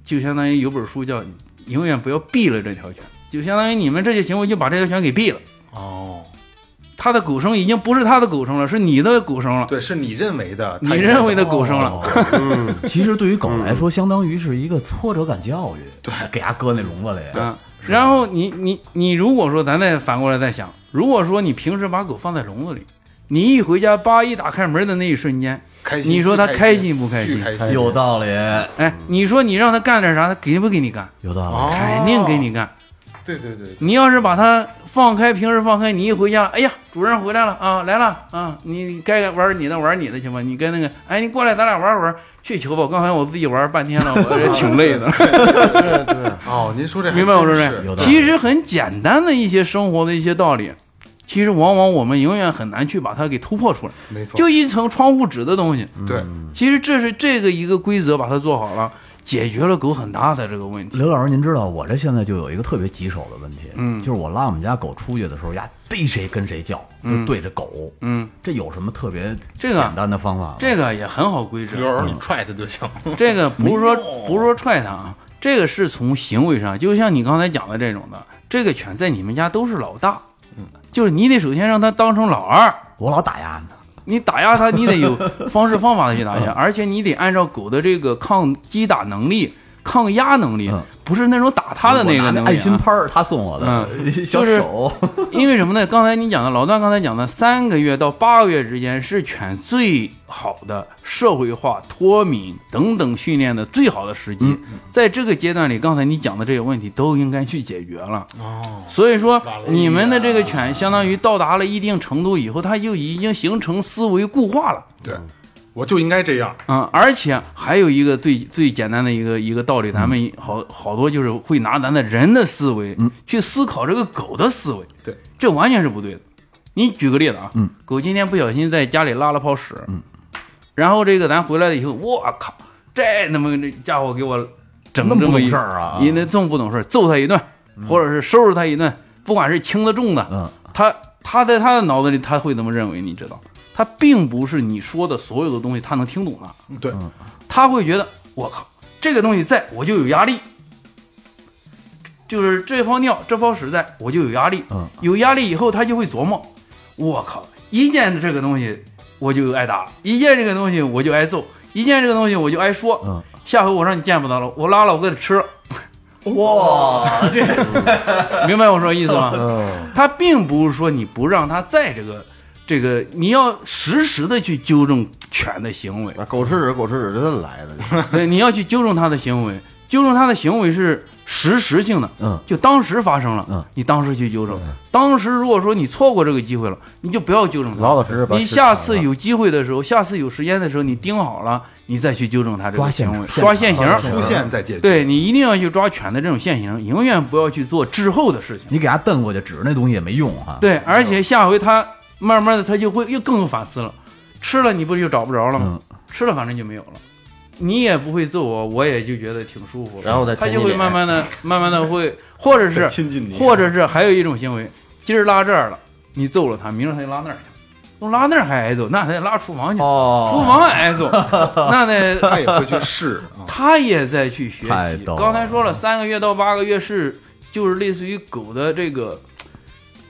E: 就相当于有本书叫《永远不要毙了这条犬》，就相当于你们这些行为就把这条犬给毙了。
C: 哦，
E: 它的狗生已经不是它的狗生了，是你的狗生了，
C: 对，是你认为的，
E: 你认为的狗生了。嗯
F: 哦其实对于狗来说，相当于是一个挫折感教育，
E: 嗯
F: 对，给它搁那笼子里，
E: 啊，然后你你你如果说咱再反过来再想，如果说你平时把狗放在笼子里，你一回家叭一打开门的那一瞬间，
C: 开心，
E: 你说它
C: 巨
E: 开心不开
C: 巨
E: 心？
C: 开心，
F: 有道理，
E: 哎，你说你让它干点啥，它给不给你干？
F: 有道
C: 哦
E: 肯定给你干。
C: 对对对，
E: 你要是把它放开，平时放开，你一回家，哎呀，主任回来了啊，来了啊，你该玩你的玩你的去吧，你跟那个，哎，你过来，咱俩玩玩，去球吧。刚才我自己玩半天了，我也挺
C: *laughs*
E: 累的。
C: 哦，您说这还
E: 明白我说
C: 真
E: 这
C: 是
F: 有道理
E: 其实很简单的一些生活的一些道理，其实往往我们永远很难去把它给突破出来。
C: 没错，嗯
E: 就一层窗户纸的东西，
C: 对，
E: 其实这是这个一个规则，把它做好了，解决了狗很大的这个问
F: 理。
E: 题。
F: 刘老师，您知道我这现在就有一个特别棘手的问题，嗯，就是我拉我们家狗出去的时候，呀，逮谁跟谁叫，就对着狗，
E: 嗯，
F: 这有什么特别
E: 这个啊
F: 简单的方法吗？
E: 这个也很好规制，
H: 时候你踹他就行。
E: *laughs* 这个不是说不是说踹它啊，这个是从行为上，就像你刚才讲的这种的，这个犬在你们家都是老大，
H: 嗯
E: 就是你得首先让它当成老二，
F: 我老打压呢，
E: 你打压它，你得有方式方法的去
H: 嗯
E: 打压，而且你得按照狗的这个抗击打能力、抗压能力
F: 嗯，
E: 不是那种打它的那
F: 我
E: 个
F: 拿
E: 能
F: 爱
E: 力
F: 心
E: 啊。嗯
F: 拍儿，他送我的、呃小
E: 就是
F: 手，
E: *laughs*
F: *laughs*
E: 因为什么呢？刚才你讲的，老段刚才讲的，三个月到八个月之间是犬最好的社会化、脱敏等等训练的最好的时
F: 嗯
E: 机。在这个阶段里，刚才你讲的这些问题都应该去解决了。
F: 哦
E: 所以说，你们的这个犬相当于到达了一定程度以后，它就已经形成思维固化了。
C: 对，我就应该这样，
E: 嗯，而且还有一个最最简单的一个一个道理，咱们好
F: 嗯
E: 好多就是会拿咱的人的思维去思考这个狗的思维，
C: 对，
E: 这完全是不对的。你举个例子啊，
F: 嗯
E: 狗今天不小心在家里拉了泡屎，然后这个咱回来了以后，我靠，这他妈这家伙给我整
F: 那么
E: 这
F: 不
E: 么
F: 懂
E: 一
F: 事儿啊
E: 你那这么不懂事儿，揍他一顿，或者是收拾他一顿，不管是轻的重的，
F: 嗯，
E: 他他在他的脑子里他会怎么认为？你知道，他并不是你说的所有的东西他能听懂的，
C: 对，
F: 嗯
E: 他会觉得我靠，这个东西在我就有压力，就是这泡尿这泡屎在我就有压力，
F: 嗯
E: 有压力以后他就会琢磨，我靠，一见这个东西我就挨打，一见这个东西我就挨揍，一见这个东西我就挨说，
F: 嗯
E: 下回我让你见不到了，我拉了我给它
F: *laughs*
E: 吃了。
F: 哇，这
E: 明白我说意思吗？
F: 嗯
E: 他并不是说你不让他在这个这个，你要实时的去纠正犬的行为，
D: 啊，狗吃屎，狗吃屎，这都来了。
E: *laughs* 对，你要去纠正他的行为，纠正他的行为是实时性的，
F: 嗯，
E: 就当时发生了，
F: 嗯，
E: 你当时去纠正，当时如果说你错过这个机会了，你就不要纠正他，
B: 老老实实把
E: 你
B: 屎
E: 下
B: 铲
E: 次
B: 了
E: 有机会的时候，下次有时间的时候，你盯好了，你再去纠正他这
F: 抓
E: 个
F: 现
E: 行为，
F: 场
E: 抓现行，
C: 出现再解决，
E: 对你一定要去抓犬的这种现行，永远不要去做滞后的事情。
F: 你给它蹬过去，指着那东西也没用
D: 啊
F: 啊哈，，
E: 对，而
D: 哎
E: 且下回他慢慢的他就会又更有反思了，吃了你不就找不着了吗？
D: 嗯
E: 吃了反正就没有了。你也不会揍我，我也就觉得挺舒服了。
D: 然后再
E: 他
D: 舔
E: 就
D: 你
E: 会
D: 脸
E: 慢
D: *laughs*
E: 慢的、慢慢的会，或者是
C: 亲近你，
E: 或者是还有一种行为，今儿拉这儿了，你揍了他，明儿他就拉那儿去，都拉那儿还挨揍，那还得拉厨房去，厨
F: 哦，
E: 房还
D: *laughs*
E: 挨揍，那得
C: 他也会去 *laughs* 试啊，
E: 他也在去学
F: 太
E: 习
F: 逗。了
E: 刚才说了，三个月到八个月是就是类似于狗的这个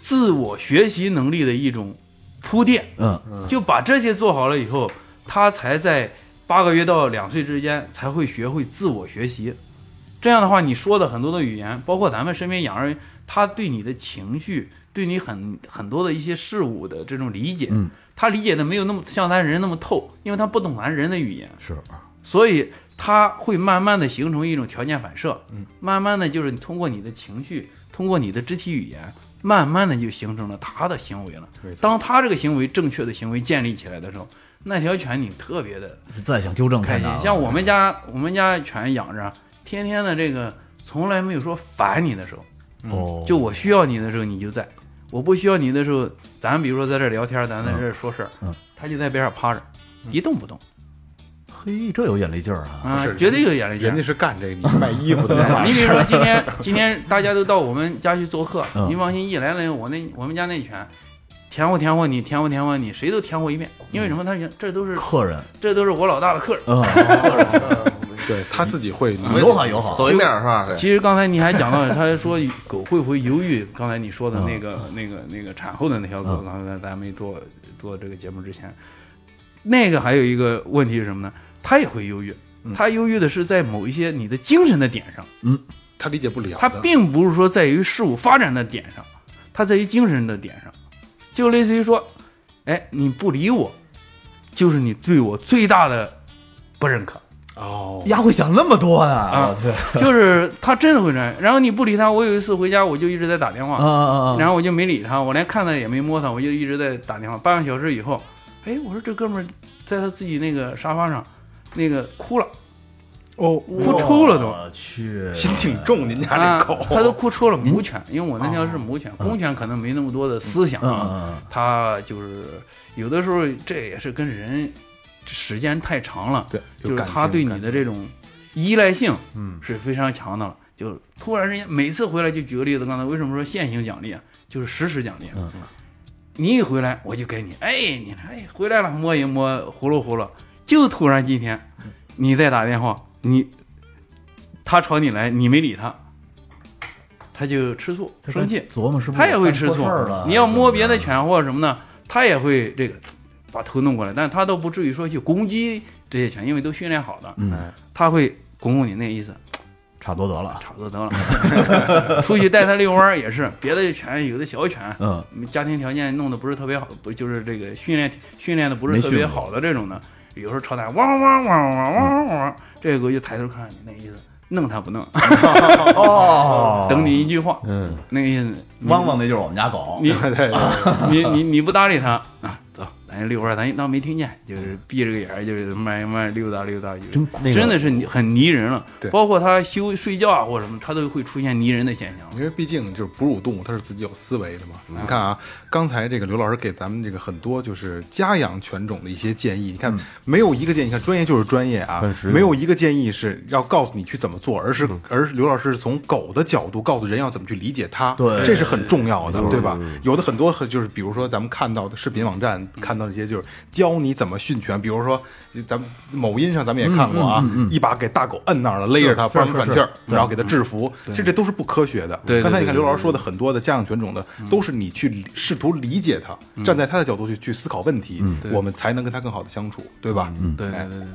E: 自我学习能力的一种铺垫，
F: 嗯，
E: 就把这些做好了以后，它才在八个月到两岁之间才会学会自我学习。这样的话，你说的很多的语言，包括咱们身边养人，他对你的情绪，对你很很多的一些事物的这种理解，
F: 嗯
E: 他理解的没有那么像咱人那么透，因为他不懂咱人的语言，
F: 是，
E: 所以它会慢慢的形成一种条件反射，慢慢的就是你通过你的情绪，通过你的肢体语言，慢慢的就形成了他的行为了。当他这个行为正确的行为建立起来的时候，那条犬你特别的
F: 再想纠正
E: 开
F: 太
E: 心
F: 难。了。
E: 像我们家我们家犬养着，天天的这个从来没有说烦你的时候，
F: 哦，
E: 就我需要你的时候你就在，我不需要你的时候，咱比如说在这儿聊天，咱在这儿说事儿，
F: 嗯
E: 他就在边上趴着，一动不动
F: 嘿，这有眼力劲儿啊！
E: 啊
C: 不是，
E: 绝对有眼力劲儿。
C: 人家是干这个，你 *laughs* 是卖衣服的
E: 你比如说今天今天大家都到我们家去做客，
F: 嗯
E: 你放心，一来了我那我们家那犬，舔我舔我你，舔我舔我你，谁都舔我一遍，因为什么？他觉得这都是
F: 客人
E: 这都是我老大的客人。 *laughs*
F: 啊，
C: 对他自己会，你
F: 友好友好
D: 走一面儿是吧？
E: 其实刚才你还讲到，他说狗会不会犹豫？刚才你说的那个、那个、那个产后的那条狗，刚才咱没做做这个节目之前，那个还有一个问题是什么呢？它也会忧郁，它忧郁的是在某一些你的精神的点上，
C: 他理解不了的。
E: 它并不是说在于事物发展的点上，它在于精神的点上，就类似于说，哎，你不理我，就是你对我最大的不认 *laughs* 可。
C: 哦，
F: 丫会想那么多呢？
E: 啊
F: 我去
E: 就是他真的会这样。然后你不理他，我有一次回家我就一直在打电话，
F: 啊啊啊
E: 然后我就没理他，我连看他也没摸他，我就一直在打电话。半个小时以后，哎，我说这哥们儿在他自己那个沙发上，那个哭了，
C: 哦，
E: 哭抽了
F: 嗯
E: 都。
F: 我去，
C: 心挺重，您家
E: 啊
C: 这狗，，
E: 他都哭抽了。母犬，因为我那条是母犬，公犬可能没那么多的思想
F: 嗯
E: 啊，
F: 嗯
E: 它就是有的时候这也是跟人时间太长了，
C: 对，有
E: 就是
C: 感
E: 他
C: 情
E: 对
C: 有
E: 你
C: 感
E: 的
C: 情
E: 这种依赖性，嗯，是非常强的了。就突然之间，每次回来就举个例子，刚才为什么说线性奖励啊？就是实时奖励。嗯，你一回来我就给你，哎，你看哎回来了，摸一摸，呼噜呼噜。就突然今天，你再打电话，你他朝你来，你没理他，他就吃醋
F: 嗯，
E: 生气，
F: 琢磨是不是
E: 他也会吃
F: 干
E: 醋
F: 错事儿了。
E: 你要摸
F: 怎么
E: 别的
F: 着
E: 犬或者什么呢，他也会这个把头弄过来，但他都不至于说去攻击这些犬，因为都训练好的，
F: 嗯，
E: 他会拱拱你那意思，
F: 差不多得了。
E: 差不多得了。 *laughs* 出去带它遛弯儿也是，别的犬有的小犬，
F: 嗯，
E: 家庭条件弄得不是特别好，不就是这个训练训练的不是特
F: 没
E: 别
F: 训过嗯
E: 好的这种呢，有时候朝它汪汪汪汪汪汪汪汪，这个狗就抬头看你那意思，弄它不弄，
F: 哦，
E: *laughs* 等你一句话，
B: 嗯，
E: 那个意思，你
F: 汪汪那就是我们家狗。
E: 你
C: *laughs* 对对对，
E: *laughs* 你你你不搭理他啊，走，咱遛弯儿，咱当没听见，就是闭着个眼儿，就是慢慢溜达溜达，就是
B: 真那个
E: 真的是你很迷人了
C: 对。
E: 包括他休睡觉啊或者什么，他都会出现迷人的现象。
C: 因为毕竟就是哺乳动物，它是自己有思维的嘛。你看啊，刚才这个刘老师给咱们这个很多就是家养犬种的一些建议，你看没有一个建议，你看专业就是专业啊
B: 嗯很实，用嗯
C: 没有一个建议是要告诉你去怎么做，而是而是刘老师是从狗的角度告诉人要怎么去理解它，
F: 对
C: 这是很重要的，对
B: 嗯
C: 吧？有的很多就是比如说咱们看到的视频网站看到一些就是教你怎么训犬，比如说咱们某音上咱们也看过啊，
B: 嗯
C: 一把给大狗摁那儿了，勒着它不让它喘气儿，然后给它制服，其实这都是不科学的。
E: 对对
C: 刚才你看
E: 对
C: 刘老师说的很多的家养犬种的，
G: 嗯
C: 都是你去理试图理解它，站在它的角度去去思考问题，
G: 嗯
C: 我们才能跟它更好的相处，对吧？嗯，
E: 对对对对对，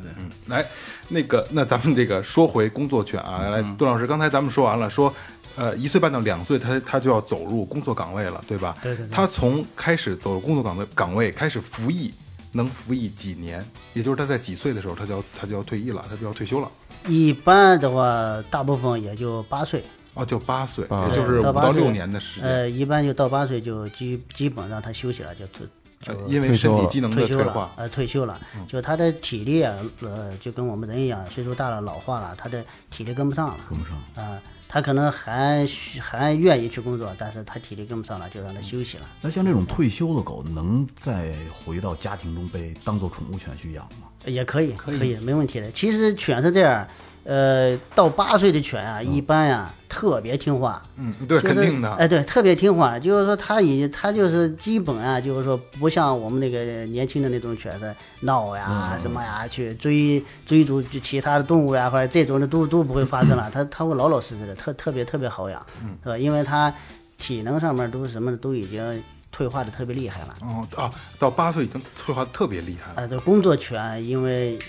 C: 来，那个，那咱们这个说回工作犬啊，来，
G: 嗯
C: 段老师，刚才咱们说完了，说，呃，一岁半到两岁，他他就要走入工作岗位了，对吧？
G: 对对对
C: 他从开始走入工作岗位岗位开始服役，能服役几年？也就是他在几岁的时候，他就要他就要退役了，他就要退休了。
G: 一般的话，大部分也就八岁，
C: 哦，就八岁，
B: 八
C: 也
G: 对
C: 就是五
G: 到八
C: 到
G: 岁
C: 六年的时间，
G: 呃，一般就到八岁就基基本上他休息了，就退
C: 呃因为身体机能的
G: 退休
C: 退
G: 了
C: 化，，
G: 呃，退休了，就他的体力啊，呃，就跟我们人一样，岁数大了老化了，他的体力跟不上了，跟不上啊、他可能还需还愿意去工作，但是他体力跟不上了，就让他休息了。
F: 那像这种退休的狗，能再回到家庭中被当做宠物犬去养吗？
G: 也可以，嗯可以，没问题的。其实犬是这样，呃，到八岁的犬啊，一般呀、特别听话，
C: 嗯， *laughs* 对，
G: 就是
C: 肯定
G: 哎，
C: 的，
G: 对，特别听话，就是说它已它就是基本啊，就是说不像我们那个年轻的那种犬子闹呀、
C: 嗯
G: 什么呀，去追追逐其他的动物呀，或者这种的都都不会发生了。它它会老老实实的，特特别特别好养，
C: 嗯
G: 是吧？因为它体能上面都是什么的都已经退化的特别厉害了。
C: 哦啊，到八岁已经退化得特别厉害了，
G: 啊，对，工作犬因为
C: 嗯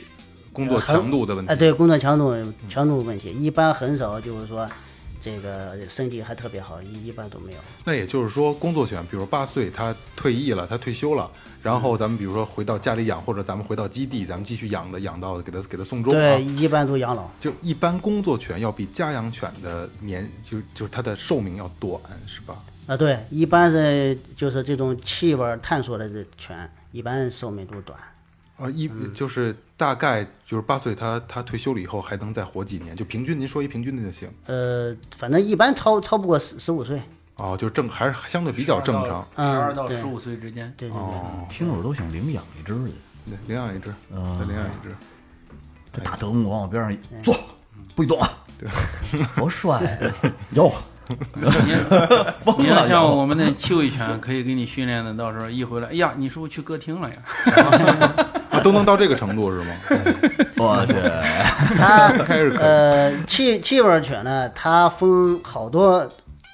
C: 工作
G: 呃很
C: 强度的问
G: 哎，
C: 题，嗯
G: 对，工作强度强度问题，一般很少就是说这个身体还特别好，一一般都没有。
C: 那也就是说，工作犬，比如八岁他退役了，他退休了，然后咱们比如说回到家里养，或者咱们回到基地，咱们继续养的，养到给它给它送终啊
G: 对，。一般都养老。
C: 就一般工作犬要比家养犬的年，就就是它的寿命要短，是吧？
G: 啊，对，一般是就是这种气味探索的这犬，一般寿命都短。
C: 啊，一
G: 嗯
C: 就是大概就是八岁他，他退休了以后还能再活几年，就平均您说一平均的就行。
G: 呃，反正一般超超不过十十五岁。
C: 哦，就正还是相对比较正
G: 啊
C: 常。
E: 十
F: 嗯
E: 二到十五岁之间。
G: 对对
C: 哦
E: 哦
G: 对，
F: 听着都想领养一只去。
C: 对，领养一只，再领养一只。
F: 这大德国往我边上一坐，不许动啊！
G: 嗯
F: 对， *laughs* 多帅啊！
G: *laughs*
B: 哟，
E: *laughs*
F: 疯
E: 你
F: 了
E: 要像
F: 又
E: 我们那气味犬，可以给你训练的，到时候一回来，哎呀，你是不是去歌厅了呀？
C: *laughs* 啊，都能到这个程度是吗？ *laughs*
F: 我去，
G: 它
C: 开始啃
G: 呃气气味犬呢，它分好多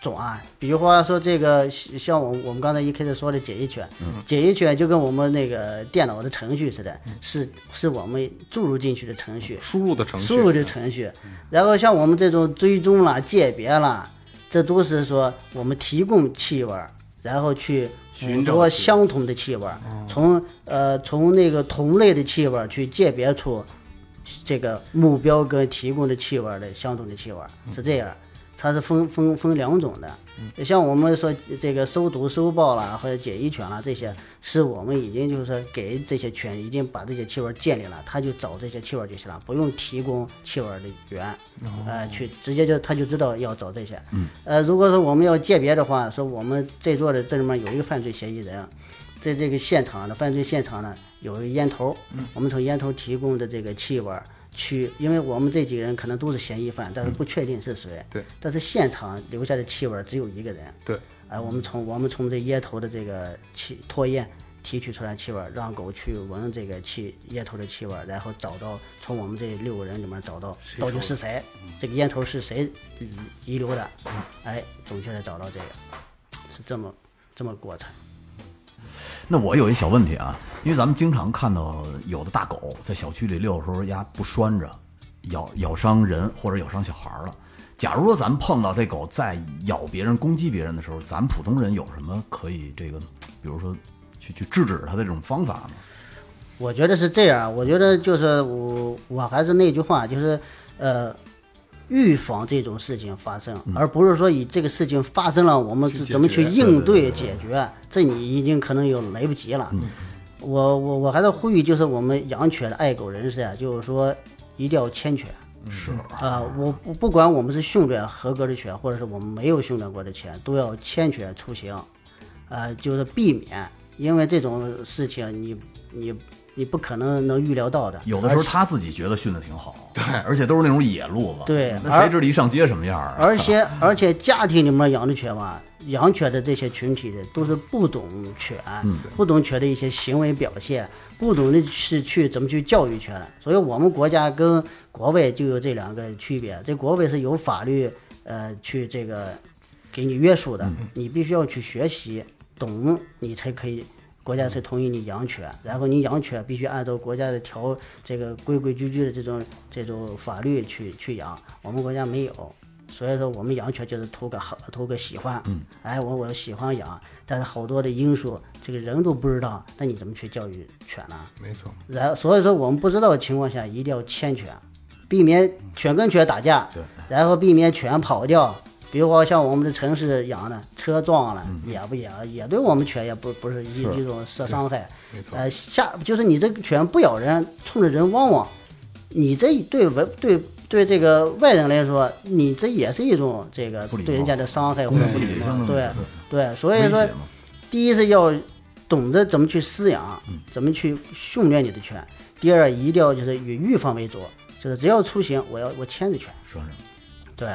G: 种啊，比如说说这个像我我们刚才一开始说的解译犬，
C: 嗯
G: 解译犬就跟我们那个电脑的程序似的，是是我们注入进去的程序。
C: 输入的程序
G: 输，入的程序。然后像我们这种追踪啦、鉴别啦，这都是说我们提供气味儿，然后去捕
E: 寻找
G: 捉
E: 气味哦
G: 相同的气味儿，从呃从那个同类的气味儿去鉴别出这个目标跟提供的气味儿的相同的气味儿，
E: 嗯
G: 是这样。它是分分分两种的，像我们说这个搜毒、搜爆啦，或者解遗犬啦，这些是我们已经就是说给这些犬已经把这些气味建立了，它就找这些气味就行了，不用提供气味的源，
E: 哦
G: 呃，去直接就它就知道要找这些。呃，如果说我们要鉴别的话，说我们这座的这里面有一个犯罪嫌疑人，啊在这个现场的犯罪现场呢有一个烟头，我们从烟头提供的这个气味。去，因为我们这几个人可能都是嫌疑犯，但是不确定是谁。
C: 对，
G: 但是现场留下的气味只有一个人。
C: 对，
G: 哎，我们从我们从这烟头的这个气唾液提取出来气味儿，让狗去闻这个气烟头的气味儿，然后找到从我们这六个人里面找到到底是谁，这个烟头是谁遗遗留的，哎，准确的找到这个，是这么这么过程。
F: 那我有一小问题啊，因为咱们经常看到有的大狗在小区里遛的时候，呀不拴着，咬咬伤人或者咬伤小孩了。假如说咱们碰到这狗在咬别人、攻击别人的时候，咱们普通人有什么可以这个，比如说去去制止它的这种方法吗？
G: 我觉得是这样，我觉得就是我我还是那句话，就是呃，预防这种事情发生，而不是说以这个事情发生了，我们是怎么嗯去应对嗯解决，这你已经可能有来不及了。我我我还是呼吁，就是我们养犬的爱狗人士啊，就是说一定要牵犬。
F: 是
G: 啊、我不不管我们是训练合格的犬，或者是我们没有训练过的犬，都要牵犬出行，呃，就是避免，因为这种事情你你你不可能能预料到的。
F: 有的时候它自己觉得训得挺好，对，而且都是那种野路子，
G: 对
F: 那谁知道一上街什么样啊？
G: 而且而且家庭里面养的犬吧，养犬的这些群体的都是不懂犬，不懂犬的一些行为表现，不懂的是去怎么去教育犬的。所以我们国家跟国外就有这两个区别，这国外是有法律呃去这个给你约束的，你必须要去学习懂，你才可以。国家才同意你养犬，然后你养犬必须按照国家的条这个规规矩矩的这种这种法律去去养，我们国家没有，所以说我们养犬就是图个好，图个喜欢。嗯，哎，我我喜欢养，但是好多的因素，这个人都不知道，那你怎么去教育犬呢？
C: 没错，
G: 然后所以说我们不知道的情况下，一定要牵犬，避免犬跟犬打架，然后避免犬跑掉。比如说像我们的城市养的，车撞了也不也也对我们犬也不不是一一种受伤害。
C: 没错，
G: 呃，下就是你这个犬不咬人，冲着人汪汪，你这对外对对这个外人来说，你这也是一种这个
F: 不礼貌
G: 对人家的伤害或者不礼貌。对对，所
F: 威
G: 以说
F: 胁嘛，
G: 第一是要懂得怎么去饲养，怎么去训练你的犬；第二，一定要就是以预防为主，就是只要出行，我要我牵着犬。
F: 拴上。
G: 对，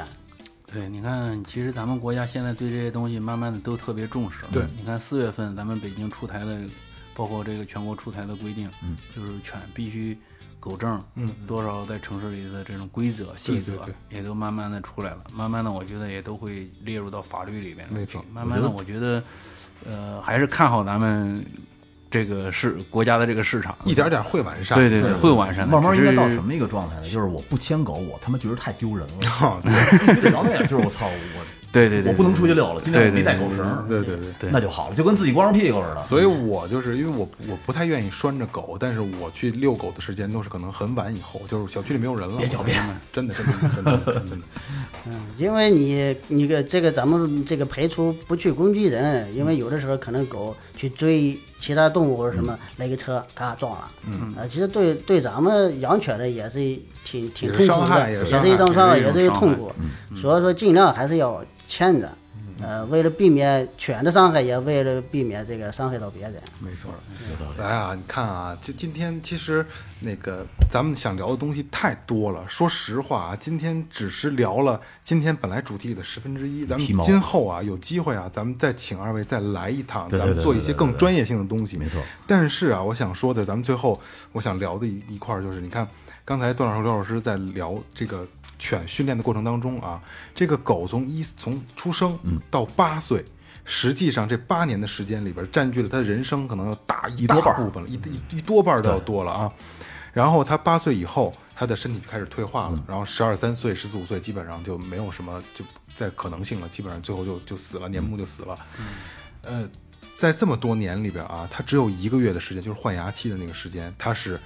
E: 对，你看，其实咱们国家现在对这些东西慢慢的都特别重视了。
C: 对
E: 你看四月份咱们北京出台的，包括这个全国出台的规定，嗯，就是犬必须狗证，嗯，多少在城市里的这种规则细则
C: 对
E: 也都慢慢的出来了。慢慢的，我觉得也都会列入到法律里边。
C: 没错，
E: 慢慢的，我觉得，呃，还是看好咱们这个市国家的这个市场，
C: 一点点会完善。
E: 对对对，会完善的。
F: 慢慢应该到
E: 只是
F: 什么一个状态呢？就是我不牵狗，我他妈觉得太丢人了。 *laughs*
C: 哦，对
F: 你得饶那样，就是我操，我
E: 对对对，
F: 我不能出去溜了，今天
E: 对
F: 我
E: 对
F: 没带
E: 对
F: 狗绳儿，
C: 对对对。
E: 对
F: 那就好了，就跟自己光着屁股似的。
C: 所以我就是因为我我不太愿意拴着狗，但是我去遛狗的时间都是可能很晚以后，就是小区里没有人了。
F: 别狡辩
C: 真的，真的真的真的真的。 *laughs*
G: 因为你你个这个咱们这个排除不去工具人，因为有的时候可能狗去追其他动物或者什么，来个车咔撞了，嗯，呃，其实对对咱们养犬的也是挺
C: 也
G: 挺
C: 是
G: 痛苦
C: 伤害
G: 的，
C: 也
G: 也
C: 是伤害
G: 一种伤害，
E: 也是一种
G: 也是一
E: 伤害
G: 痛苦，所以说尽量还是要牵着，呃，为了避免犬的伤害，也为了避免这个伤害到别人。
C: 没错，来啊，你看啊，就今天其实那个咱们想聊的东西太多了。说实话啊，今天只是聊了今天本来主题里的十分之一。咱们
F: 皮毛
C: 今后啊，有机会啊，咱们再请二位再来一趟，
F: 对对
C: 啊咱们
F: 对
C: 做一
F: 对
C: 些
F: 对
C: 更
F: 对
C: 专业性的东西。
F: 没错。
C: 但是啊，我想说的，咱们最后我想聊的一一块儿就是，你看刚才段老师、刘老师在聊这个。犬训练的过程当中啊，这个狗从一从出生
F: 嗯
C: 到八岁，实际上这八年的时间里边，占据了他人生可能要大一大
F: 多半儿
C: 部分了，一一一多半儿都要多了啊。然后他八岁以后，他的身体就开始退化
F: 嗯
C: 了，然后十二三岁、十四五岁，基本上就没有什么就在可能性了，基本上最后就就死了，年暮就死了。呃，在这么多年里边啊，他只有一个月的时间，就是换牙期的那个时间，他是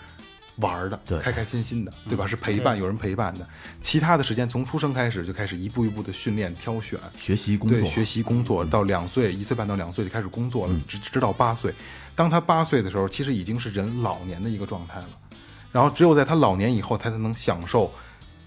C: 玩儿的，开开心心的，对吧？是陪伴，有人陪伴的。其他的时间，从出生开始就开始一步一步的训练、挑选、
F: 学习工
C: 对
F: 作，嗯
C: 学习工作，到两岁一岁半到两岁就开始工作了，直直到八岁。当他八岁的时候，其实已经是人老年的一个状态了。然后只有在他老年以后，他才能享受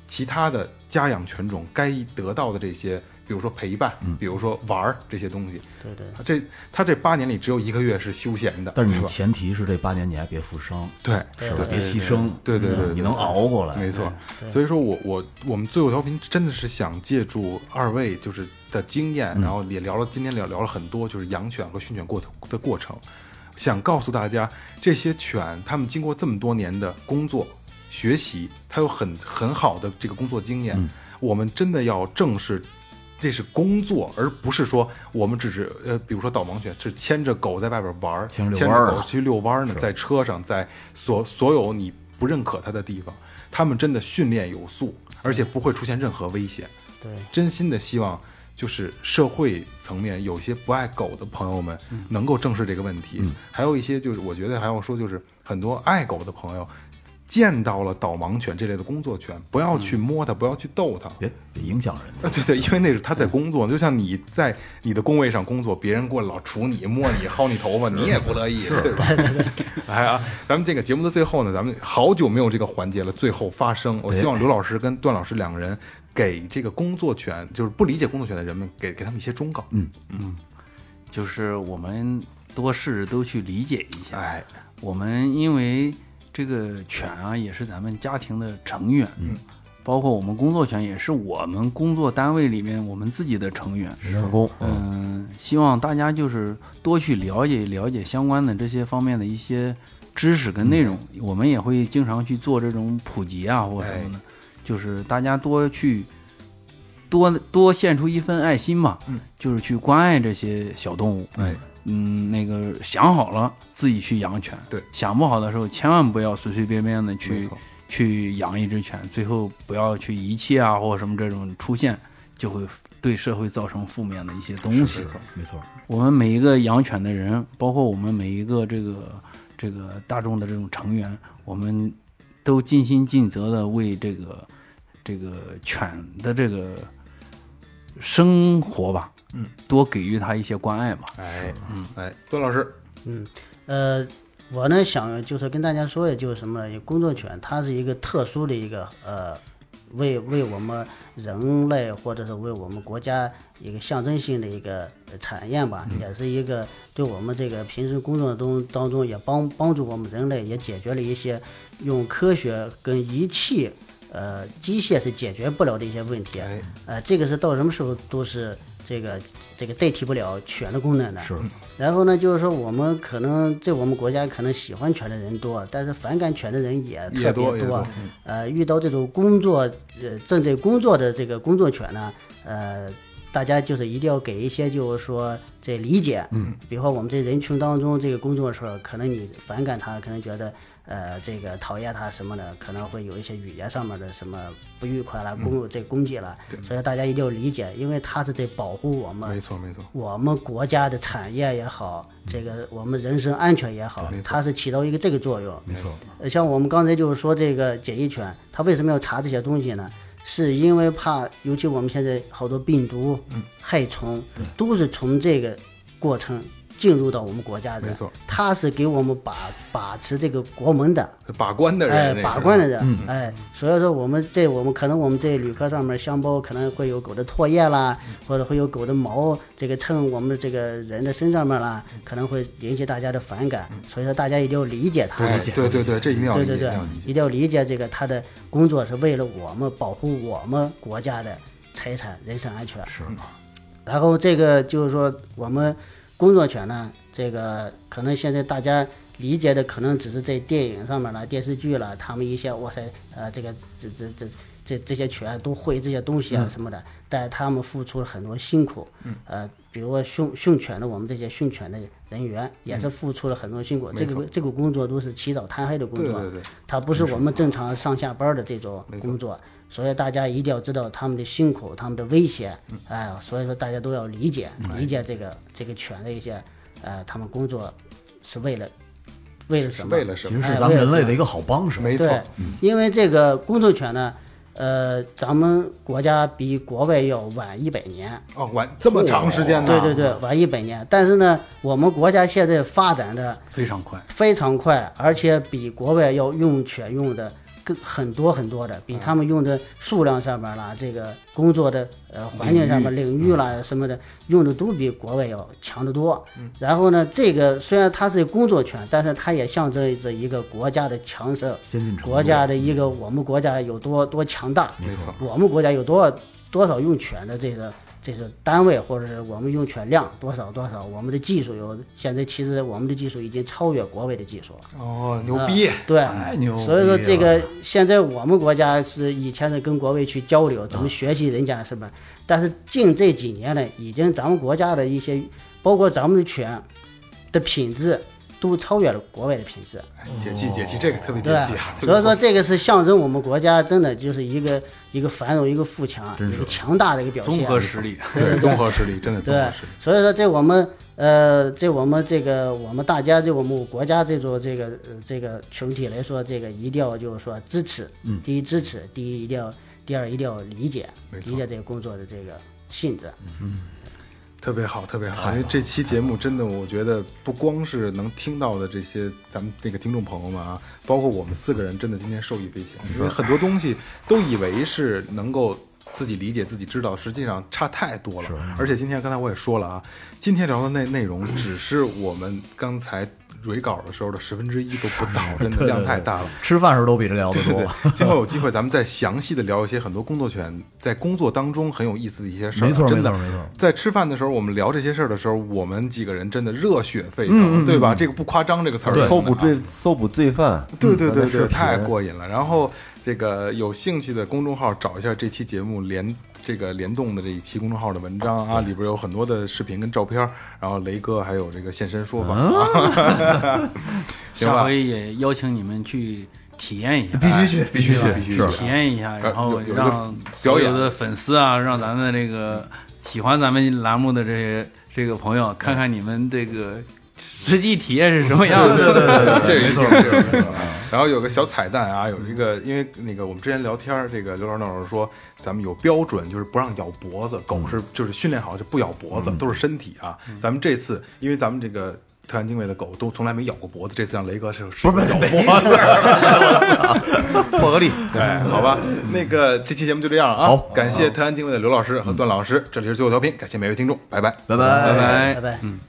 C: 其他的家养犬种该得到的这些，比如说陪伴，
F: 嗯
C: 比如说玩儿这些东西。
G: 对对
C: 他这他这八年里只有一个月是休闲的，
F: 但是
C: 对
F: 你
C: 吧
F: 前提是这八年你还别负伤，
C: 对
G: 对
F: 吧？
G: 对
F: 别牺牲，
C: 对对对对
F: 你能熬过来，
C: 没错，
G: 对
C: 所以说我我我们最后调频真的是想借助二位就是的经验，
F: 嗯
C: 然后也聊了今天聊聊了很多就是养犬和训犬过程的过程，想告诉大家这些犬它们经过这么多年的工作学习，它有很很好的这个工作经验，
F: 嗯
C: 我们真的要正视。这是工作，而不是说我们只是呃，比如说导盲犬是牵着狗在外边玩儿，
F: 牵
C: 牵
F: 着遛
C: 着
F: 弯儿
C: 狗
F: 啊
C: 去遛弯儿呢，在车上，在所所有你不认可他的地方，他们真的训练有素，而且不会出现任何危险。
G: 对，
C: 真心的希望，就是社会层面有些不爱狗的朋友们
F: 嗯
C: 能够正视这个问题，还有一些就是我觉得还要说，就是很多爱狗的朋友。见到了导盲犬这类的工作犬，不要去摸它，不要去逗它，
F: 别别影响人
C: *laughs*
F: 家。
C: 啊，对对，因为那是他在工作，就像你在你的工位上工作，别人过来老杵你、摸你、薅你头发，你也不乐意，对吧？ *laughs* 哎呀，咱们这个节目的最后呢，咱们好久没有这个环节了，最后发声，我希望刘老师跟段老师两个人给这个工作犬，就是不理解工作犬的人们，给给他们一些忠告。嗯，
E: 就是我们多试着都去理解一下。
C: 哎，
E: 我们因为这个犬啊，也是咱们家庭的成员，嗯，包括我们工作犬也是我们工作单位里面我们自己的成员，
B: 成功，
E: 嗯，希望大家就是多去了解了解相关的这些方面的一些知识跟内容。
C: 嗯
E: 我们也会经常去做这种普及啊，或者什
C: 哎
E: 么的，就是大家多去多多献出一份爱心吧，
C: 嗯
E: 就是去关爱这些小动物。
C: 哎，
E: 嗯，那个想好了自己去养犬，
C: 对
E: 想不好的时候千万不要随随便便的
C: 没
E: 去
C: 错，
E: 去养一只犬，最后不要去遗弃啊或者什么这种出现，就会对社会造成负面的一些东西。
F: 没错，
E: 我们每一个养犬的人，包括我们每一个这个这个大众的这种成员，我们都尽心尽责的为这个这个犬的这个生活吧，
C: 嗯，
E: 多给予它一些关爱吧。
G: 啊
C: 哎，哎，段老师，
G: 嗯，呃，我呢想就是跟大家说的，就是什么呢？工作犬它是一个特殊的一个呃，为为我们人类或者是为我们国家一个象征性的一个呃产业吧，
C: 嗯
G: 也是一个对我们这个平时工作中当中也帮帮助我们人类，也解决了一些用科学跟仪器。呃，机械是解决不了的一些问题，
C: 哎
G: 呃，这个是到什么时候都是这个这个代替不了犬的功能的。
F: 是
G: *laughs* 然后呢，就是说我们可能在我们国家可能喜欢犬的人多，但是反感犬的人也特
C: 也
G: 别
C: 多也多嗯
G: 呃，遇到这种工作呃正在工作的这个工作犬呢，呃，大家就是一定要给一些就是说这理解，嗯，比如说我们这人群当中这个工作的时候，可能你反感他，可能觉得呃这个讨厌他什么的，可能会有一些语言上面的什么不愉快了，攻这攻击了，所以大家一定要理解，因为他是在保护我们
C: 没错没错，
G: 我们国家的产业也好，这个我们人身安全也好，它是起到一个这个作用。没错，像我们刚才就是说这个检疫权，它为什么要查这些东西呢？是因为怕，尤其我们现在好多病毒、害虫都是从这个过程进入到我们国家的。
C: 没错，
G: 它是给我们把把持这个国门的。
C: 把关的
G: 哎
C: 人，那，个嗯
G: 把关的人，哎，所以说我们这我们可能我们这旅客上面箱包可能会有狗的唾液啦，
C: 嗯
G: 或者会有狗的毛，这个蹭我们这个人的身上面啦，
C: 嗯
G: 可能会引起大家的反感，所以说大家一定要理解它，
C: 哎对对对，这一定要
G: 对
C: 理解，
G: 对
C: 一定
G: 对
C: 要理，解。
G: 一定要理解这个他的工作是为了我们保护我们国家的财产、人身安全。是。然后这个就是说，我们工作犬呢，这个可能现在大家理解的可能只是在电影上面了、电视剧了，他们一些哇塞，呃，这个这这这这这些犬都会这些东西啊
C: 嗯
G: 什么的，但他们付出了很多辛苦。嗯。呃，比如说训训犬的，我们这些训犬的人
C: 嗯
G: 员也是付出了很多辛苦，这个这个工作都是起早贪黑的工
C: 对
G: 作。
C: 对对，
G: 它不是我们正常上下班的这种工作，所以大家一定要知道他们的辛苦，他们的危险，
C: 嗯
G: 哎，所以说大家都要理解，理
C: 哎
G: 解这个这个犬的一些，呃，他们工作是为了为了什么？
C: 为了什
F: 其
C: 么？
F: 实是咱们人类的一个好帮手。
C: 没错，嗯
G: 对，因为这个工作犬呢，呃，咱们国家比国外要晚一百年，
C: 哦，晚这么长时间呢？
G: 对对对，晚一百年。但是呢，我们国家现在发展的。
E: 非常快。
G: 非常快，而且比国外要用犬用的更很多很多的，比他们用的数量上面啦，这个工作的呃环境上面领域啦什么
C: 嗯
G: 的，用的都比国外要强得多。然后呢，这个虽然它是工作犬，但是它也象征着一个国家的强盛，
F: 先进程度
G: 国 *laughs* 家的一个我们国家有多多强大，
C: 没错，
G: 我们国家有多少多少用犬的这个这个单位，或者是我们用犬量多少多少，我们的技术有现在其实我们的技术已经超越国外的技术了，
C: 哦，牛逼！
G: 对，
F: 太牛逼了
G: 所以说这个现在我们国家是以前是跟国外去交
F: 啊
G: 流，怎么学习人家是吧？但是近这几年呢，已经咱们国家的一些，包括咱们的犬的品质，都超越了国外的品质。
C: 解气解气，这个特别解
G: 对
C: 气啊！，特别
G: 所以说这个是象征我们国家真的就是一个一个繁荣、一个富强、一个强大的一个表现。
E: 综合实力，
C: 对综合实力，真的综
G: 对
C: 合实力，，
G: 所以说这我们呃，这我们这个我们大家对我们国家这种这个、呃这个群体来说，这个一定要就是说支持，嗯，第一支持，第一一定要，第二一定要理解，
C: 没错
G: 理解这个工作的这个性质，
C: 特别好，特别好。因为这期节目真的，我觉得不光是能听到的这些咱们这个听众朋友们啊，包括我们四个人，真的今天受益匪浅，因为很多东西都以为是能够。自己理解、自己知道，实际上差太多了。而且今天刚才我也说了啊，今天聊的内内容只是我们刚才蕊稿的时候的十分之一都不到，真的量太大了。
F: 吃饭时候都比这聊得
C: 对
F: 多
C: 对，对，今后有机会咱们再详细的聊一些很多工作犬在工作当中很有意思的一些事儿啊。
F: 没错
C: 真的
F: 没错没错
C: 在吃饭的时候，我们聊这些事儿的时候，我们几个人真的热血沸
F: 嗯
C: 腾，对吧？这个不夸张，这个词儿
B: 搜
C: 用
B: 捕
C: 的啊
B: 罪搜捕罪犯，
C: 对对对
B: 嗯
C: 对，太过瘾了。然后这个有兴趣的公众号找一下这期节目联这个联动的这一期公众号的文章啊，里边有很多的视频跟照片儿，然后雷哥还有这个现身说
F: 嗯
C: 法啊。 *laughs* 行
E: 下
C: 吧，
E: 回也邀请你们去体验一下，
F: 必须去
E: 哎必须
F: 必
E: 吧
F: 须去
E: 必须
F: 是
E: 体验一下，然后
C: 呃有有一个
E: 让
C: 表
E: 所
C: 演
E: 有的粉丝啊，让咱们这个喜欢咱们栏目的这些这个朋友，看看你们这个实际体验是什么样的。
C: 这没错没错没错。然后有个小彩蛋啊，有一个，因为那个我们之前聊天儿，这个刘老师老师说，咱们有标准，就是不让咬脖子，狗是就是训练好就不咬脖子，都是身体啊。咱们这次，因为咱们这个。特安经纬的狗都从来没咬过脖子，这次让雷哥是不是咬脖子？ *laughs*
D: 破个例，
C: 对，好吧，那个这期节目就这样了啊！好，感谢特安经纬的刘老师和段老师，这里是最后调频，感谢每位听众，拜拜。
F: 拜拜。
E: 拜
G: 拜拜。
E: 嗯。